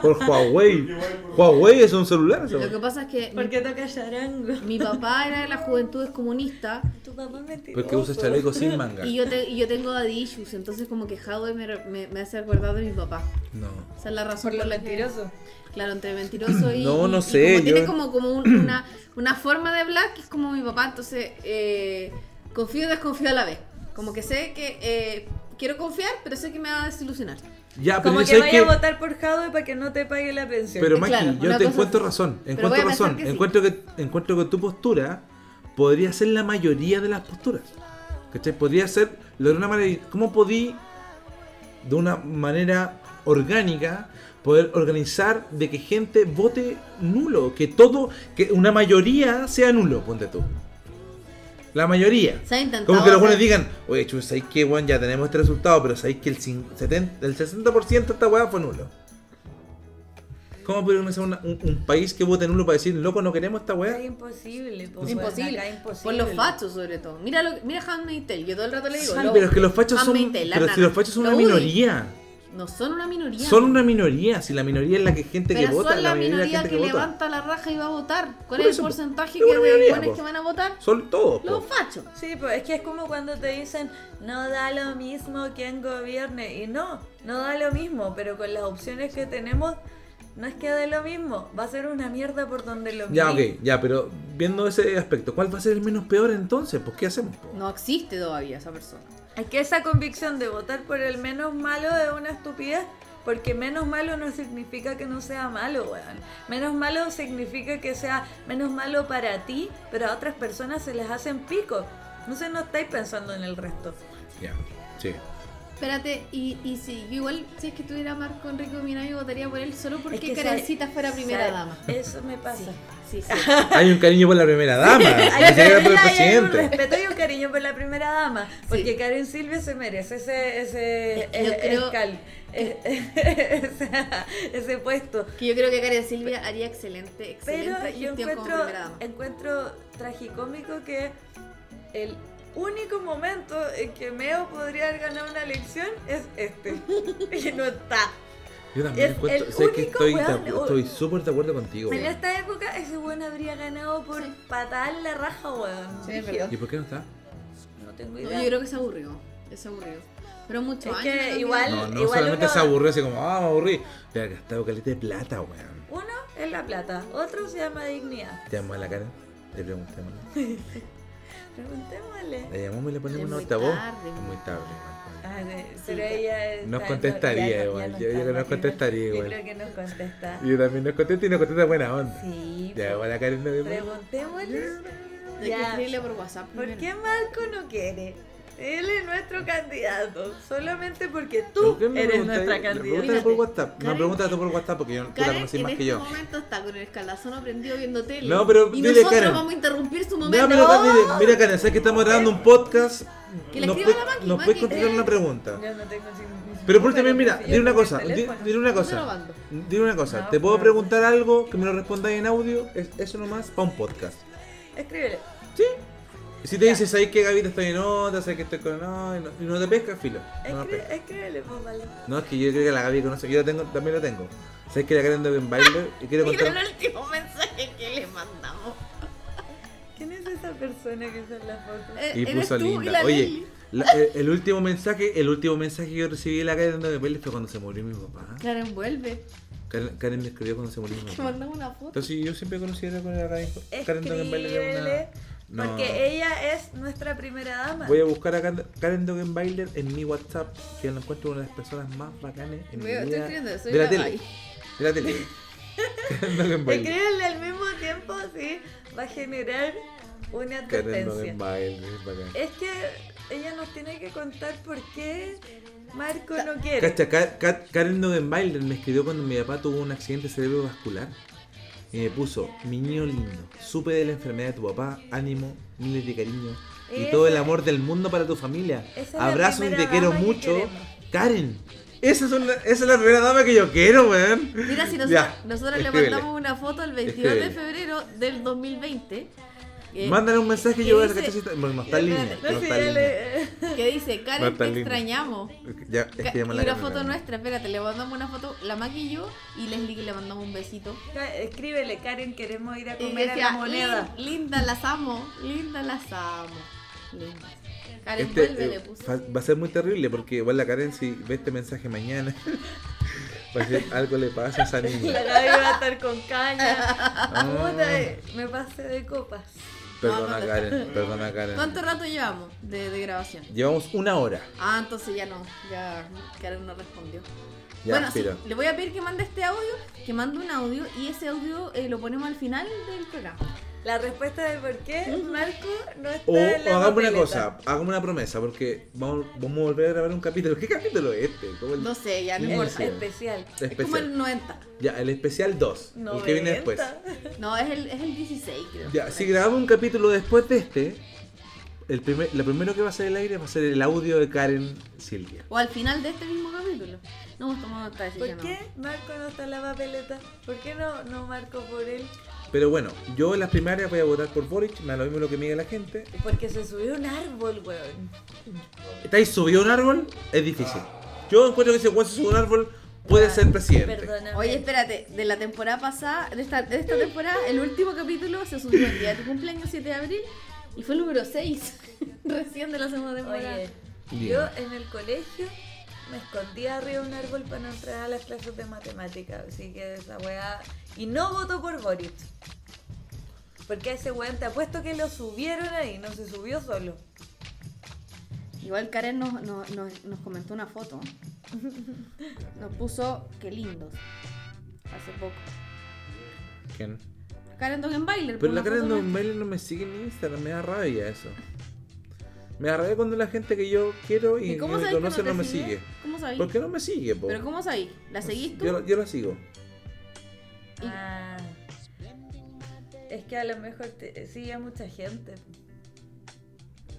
Por Huawei. Huawei es un celular, esa Lo que weón. pasa es que Porque toca charango. mi papá era de las juventudes comunistas Tu papá es mentiroso. Porque usa chaleco sin manga. y yo, te- y yo tengo daddy issues, entonces como que Hadwe me, me- me hace acordar de mi papá. No. Esa es la razón Por lo la que- mentiroso. Claro, entre mentiroso y. No, y- no y sé, como yo- Tiene como, como un- una, una forma de hablar que es como mi papá, entonces eh, confío y desconfío a la vez. Como que sé que eh, quiero confiar, pero sé que me va a desilusionar. Ya, Ah, pero Como yo que sé vaya que. a votar por Jadwe para que no te pague la pensión. Pero Eh, Maki, claro, yo una te cosa encuentro así. razón. Pero voy Encuentro a pensar razón. que sí. encuentro, que, encuentro que tu postura podría ser la mayoría de las posturas. ¿Cachai? Podría ser lo de una manera. ¿Cómo podí, de una manera orgánica, poder organizar de que gente vote nulo? Que todo, que una mayoría sea nulo, ponte tú. La mayoría. Se ha intentado. Como que los hacer- buenos digan, oye, chus, ¿sabéis que, weón, ya tenemos este resultado, pero sabéis que el, cin- 70, el 60% de esta weá fue nulo? ¿Cómo puede organizar una- un, un país que vote nulo para decir, loco, no queremos esta Es weá? imposible. po, Es weón, imposible. acá es imposible. Por los fachos, sobre todo. Mira, lo, mira Handmaid's Tale. Yo todo el rato le digo. Sí, lo- pero es que los fachos son, Handmaid's Tale, la pero si nana. los fachos son Lo una udi. minoría. No son una minoría. Son una minoría, si la minoría es la que gente Pero que vota, son la la mayoría de la minoría gente que, que, vota. levanta la raja y va a votar. Por ¿Cuál es eso, el porcentaje es que una de minoría, buenos po. que van a votar? Son todos, po. Los fachos. Sí, pues es que es como cuando te dicen, no da lo mismo quien gobierne. Y no, no da lo mismo, pero con las opciones que tenemos, no es que dé lo mismo. Va a ser una mierda por donde lo Ya, mires. ok, ya, pero viendo ese aspecto, ¿cuál va a ser el menos peor entonces? Pues, ¿qué hacemos, po? No existe todavía esa persona. Es que esa convicción de votar por el menos malo es una estupidez, porque menos malo no significa que no sea malo, weón. Menos malo significa que sea menos malo para ti, pero a otras personas se les hacen pico. Entonces no estáis pensando en el resto. Ya, sí. Espérate, y, y si yo igual, si es que tuviera a Marco Enrique Minami, votaría por él solo porque Es que Karencita sabe- fuera primera sabe- dama. Eso me pasa. Sí, sí. Hay un cariño por la primera dama, ni Hay, siquiera por el hay- hay un presidente. respeto y un cariño por la primera dama, porque Karen Silvia se merece ese ese, Es que yo eh, creo- escal- eh, esa- ese puesto. Que yo creo que Karen Silvia haría excelente, excelente Pero yo gestión como encuentro, primera dama. encuentro tragicómico que el único momento en que Meo podría haber ganado una elección es este. y no está. Yo también Es encuentro, el sé que único estoy de weón, acu- o- estoy súper de acuerdo contigo. En weón. esta época ese weón habría ganado por Sí. patada en la raja, weón. Sí, Dije, verdad. ¿Y por qué no está? No tengo No, idea. yo creo que se aburrió. Es aburrido. Pero mucho Es años que también. igual- No, no igual solamente uno- se aburrió así como, ah, me aburrí. Te ha gastado caleta de plata, weón. Uno es la plata, otro se llama dignidad. Te llamó a la cara, le preguntamos. Preguntémosle. Le llamamos y le ponemos Es una muy altavoz. tarde. Es muy tarde, weón. Ah, sí, pero ella está- Nos no- contestaría ya no- igual, ya yo- yo está, creo que nos imagínate. contestaría igual. Yo creo que nos contesta. Y yo también nos contesta y nos contesta buena onda. Sí. Le llamó a la cara y pues, le Preguntémosle. Hay que Ya. escribirle por WhatsApp. ¿Por primero. qué Marco no quiere? Él es nuestro candidato. Solamente porque ¿Por tú qué me eres preguntáis? nuestra Me preguntas candidata. por WhatsApp. No, Karen- preguntas tú por WhatsApp porque yo, tú la Karen conocí en más este que yo. momento está con el escalazón aprendido viendo tele. No, pero y dile, nosotros Karen. vamos a interrumpir su No, momento. pero acá, mira, mira, Karen, sabes que estamos grabando un podcast. Que le Nos puedes- escriba a la Maki, nos puedes Maki. contestar una pregunta. Yo no tengo sin- sin- Pero por también, mira, si yo dile una tengo el cosa, di- teléfono. dile una Me lo cosa, mando. dile una cosa, No, te puedo pero- preguntar algo que me lo respondáis en audio, es eso nomás para un podcast. Escríbele. Si te dices ahí que Gavita estoy en otra, sabes que estoy con no, y no, y no te pesca, filo. No, me pesca. Escríbele, escríbele, pues, vale. No, es que yo creo que la Gaby conoce, yo la tengo, también la tengo. Sabes que la Karen de en baile y quiero Mira contar. el último mensaje que le mandamos. ¿Quién es esa persona que hizo la foto? Eh, Y eres puso tú y linda. la Oye, Lili. la- el, el último mensaje, el último mensaje que yo recibí de la Karen de baile fue cuando se murió mi papá. Karen vuelve. Karen, Karen me escribió cuando se murió mi Que papá. mandamos una foto. Entonces yo siempre conociera con la Karen, Karen Dogenbaile era Eh, Escríbele. una- No. Porque ella es nuestra primera dama. Voy a buscar a Karen- Karen Dogenbailer en mi WhatsApp, que la encuentro una de las personas más bacanes en mi Veo, estoy vida. escribiendo, soy de la, la tele. Gaby. De la tele. Karen Dogenbailer. Escríbele al mismo tiempo, sí, va a generar una Karen advertencia. Dogenbailer, es bacán. Es que ella nos tiene que contar por qué Marco no quiere. Cacha, Ka- Ka- Karen Dogenbailer me escribió cuando mi papá tuvo un accidente cerebrovascular. Y me puso, mi niño lindo, supe de la enfermedad de tu papá, ánimo, miles de cariño y Esa- todo el amor del mundo para tu familia. esa es la Abrazo y te primera quiero dama que mucho. queremos. Karen, esa es, una- esa es la primera dama que yo quiero, weón. Mira, si nosotros, Ya, nosotros le escríbele. mandamos una foto el 22 Escríbele. de febrero del 2020. eh, Mándale un mensaje y ¿qué yo voy a ver dice? que Bueno, no está en línea. No, No sí, está ya en línea. le- que dice, No Karen, está te linda. extrañamos. Ya, es que y ya me la una cambiaron. foto nuestra, espérate, le mandamos una foto, la Maki y yo, y Leslie que le mandamos un besito. Ca- Escríbele, Karen, queremos ir a Y comer a decía, la moneda. "Lin- linda, las amo, linda, las amo. Linda. Karen Este, vuelve, eh, le puso. fa- va a ser muy terrible porque igual la Karen si ve este mensaje mañana va a decir algo le pasa a esa La niña. Gaby va a estar con caña. Ah, Puta, eh, me pasé de copas. Perdona, no, no. Karen. Perdona, Karen. ¿Cuánto rato llevamos de, de grabación? Llevamos una hora. Ah, entonces ya no, ya Karen no respondió. Ya, bueno, sí, filo. le voy a pedir que mande este audio, que mande un audio y ese audio eh, lo ponemos al final del programa. La respuesta de por qué Marco no está O, o en la hagamos una papeleta. cosa, hagamos una promesa, porque vamos, vamos a volver a grabar un capítulo. ¿Qué capítulo es este? Como el No sé, ya no Sí, importa. sí. Es, Especial. es como especial. el 90. Ya, el especial 2. El que viene después. 90. No, es el, es el 16, creo. Ya, si grabamos un capítulo después de este, el primer, lo primero que va a ser el aire va a ser el audio de Karen Silvia. O al final de este mismo capítulo. No hemos tomado esta decisión. ¿Por qué Marco no está en la papeleta? ¿Por qué no, no Marco por él? Pero bueno, yo en las primarias voy a votar por Boric, me da lo mismo lo que me diga la gente. Porque se subió a un árbol, weón. ¿Estáis subido a un árbol? Es difícil. Yo encuentro que si el weón se sube a un árbol Ah, puede ser presidente. Ah, Perdóname. aún. Oye, espérate, de la temporada pasada, de esta, de esta temporada, el último capítulo se subió el día de tu cumpleaños, 7 de abril, y fue el número 6, recién de la segunda temporada. Oye, Bien. yo en el colegio me escondía arriba de un árbol para no entrar a las clases de matemáticas. Así que esa weá. Y no votó por Boric. Porque a ese weón te apuesto que lo subieron ahí, no se subió solo. Igual Karen nos, nos, nos- nos comentó una foto. Nos puso, qué lindos. Hace poco. ¿Quién? Karen Pero Dogenbailer. por la una Karen foto no, nuestra. Mel no me sigue en Instagram, me da rabia eso. Me da rabia cuando la gente que yo quiero y, ¿Y cómo no me sabéis que no conoce te no, me sigue? sigue. ¿Cómo sabéis? ¿Por qué no me sigue, po? ¿Pero cómo sabéis? ¿La seguís tú? Yo, la- yo la sigo. Y- Ah. Es que a lo mejor te, sigue a mucha gente.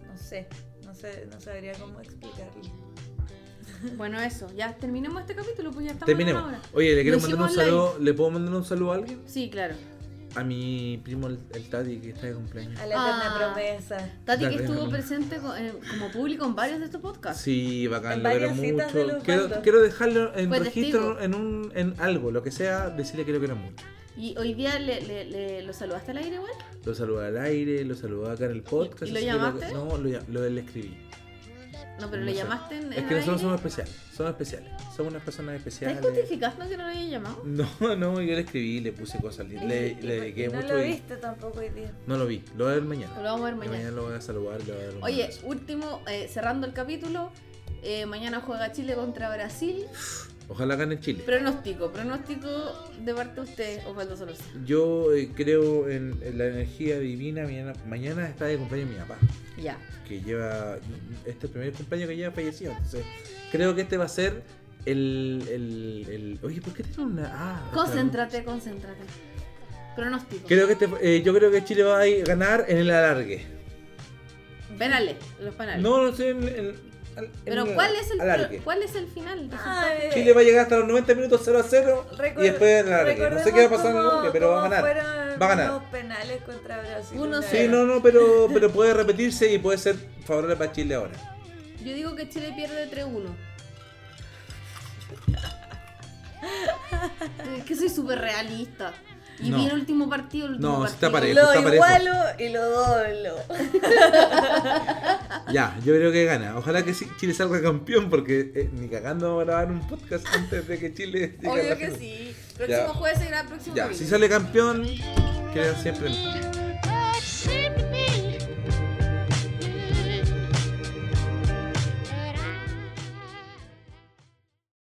No sé, no sé, no sabría cómo explicarlo. Bueno, eso. Ya terminemos este capítulo, pues ya estamos en Terminemos. una hora. Oye, le quiero Lo mandar un hicimos saludo. ¿Le puedo mandar un saludo a alguien? Sí, claro. A mi primo, el, el Tati, que está de cumpleaños. A la eterna Ah. promesa. Tati Dale, que estuvo déjame. presente co- eh, como público en varios de estos podcasts. Sí, bacán, En lo quiero varias citas de mucho. los Quiero, bandos. quiero dejarlo en Fue registro, testigo. en, un, en algo, lo que sea, decirle que lo quiero mucho. Y hoy día le, le- le- lo saludaste al aire igual. Lo saludé al aire, lo saludé acá en el podcast. ¿Y lo así que llamaste? no, lo, llam- lo le escribí. No, pero le llamaste en, Es en que nosotros aire. somos especiales, somos especiales, somos unas personas ¿Estás especiales. justificando que no lo haya llamado? No, no, yo le escribí, le puse cosas, le, le, le dediqué no mucho. lo y- viste tampoco hoy día. No lo vi, lo voy a ver Lo mañana. vamos a ver Y mañana. Mañana lo voy a saludar, le voy a dar un Oye, abrazo. último, eh, cerrando el capítulo. eh, mañana juega Chile contra Brasil. Ojalá gane Chile. Pronóstico, pronóstico de parte de usted, Osvaldo Solorza. Yo eh, creo en, en la energía divina. Mañana, mañana está de cumpleaños mi papá, Ya. que lleva. Este es el primer cumpleaños que lleva fallecido. Entonces, creo que este va a ser el. el, el- oye, ¿por qué tiene una.? Ah, Concéntrate, concéntrate. Pronóstico. Creo que este, eh, yo creo que Chile va a ir- ganar en el alargue. Penales, los penales. No, eh, no sé. En, en- al- en Pero ¿cuál es el, alargue. cuál es el final? Ay, Chile va a llegar hasta los 90 minutos 0 a 0 Recor- y después en el alargue. No sé qué va a pasar en el recordemos alargue, pero va a cómo- ganar. cómo fueron Va a ganar. Los penales contra Brasil. Uno Una cero. Sí, no, no, pero, pero puede repetirse y puede ser favorable para Chile ahora. Yo digo que Chile pierde 3-1. Es que soy súper realista. Y No. vi el último partido, el último No, sí partido. está parejo. Lo está parejo. igualo y lo doblo. Ya, yo creo que gana. Ojalá que sí- Chile salga campeón porque eh, ni cagando vamos a grabar un podcast antes de que Chile llegue a la Obvio que final. sí. Próximo Ya. jueves será el próximo Ya, capítulo. si sale campeón, crean siempre en-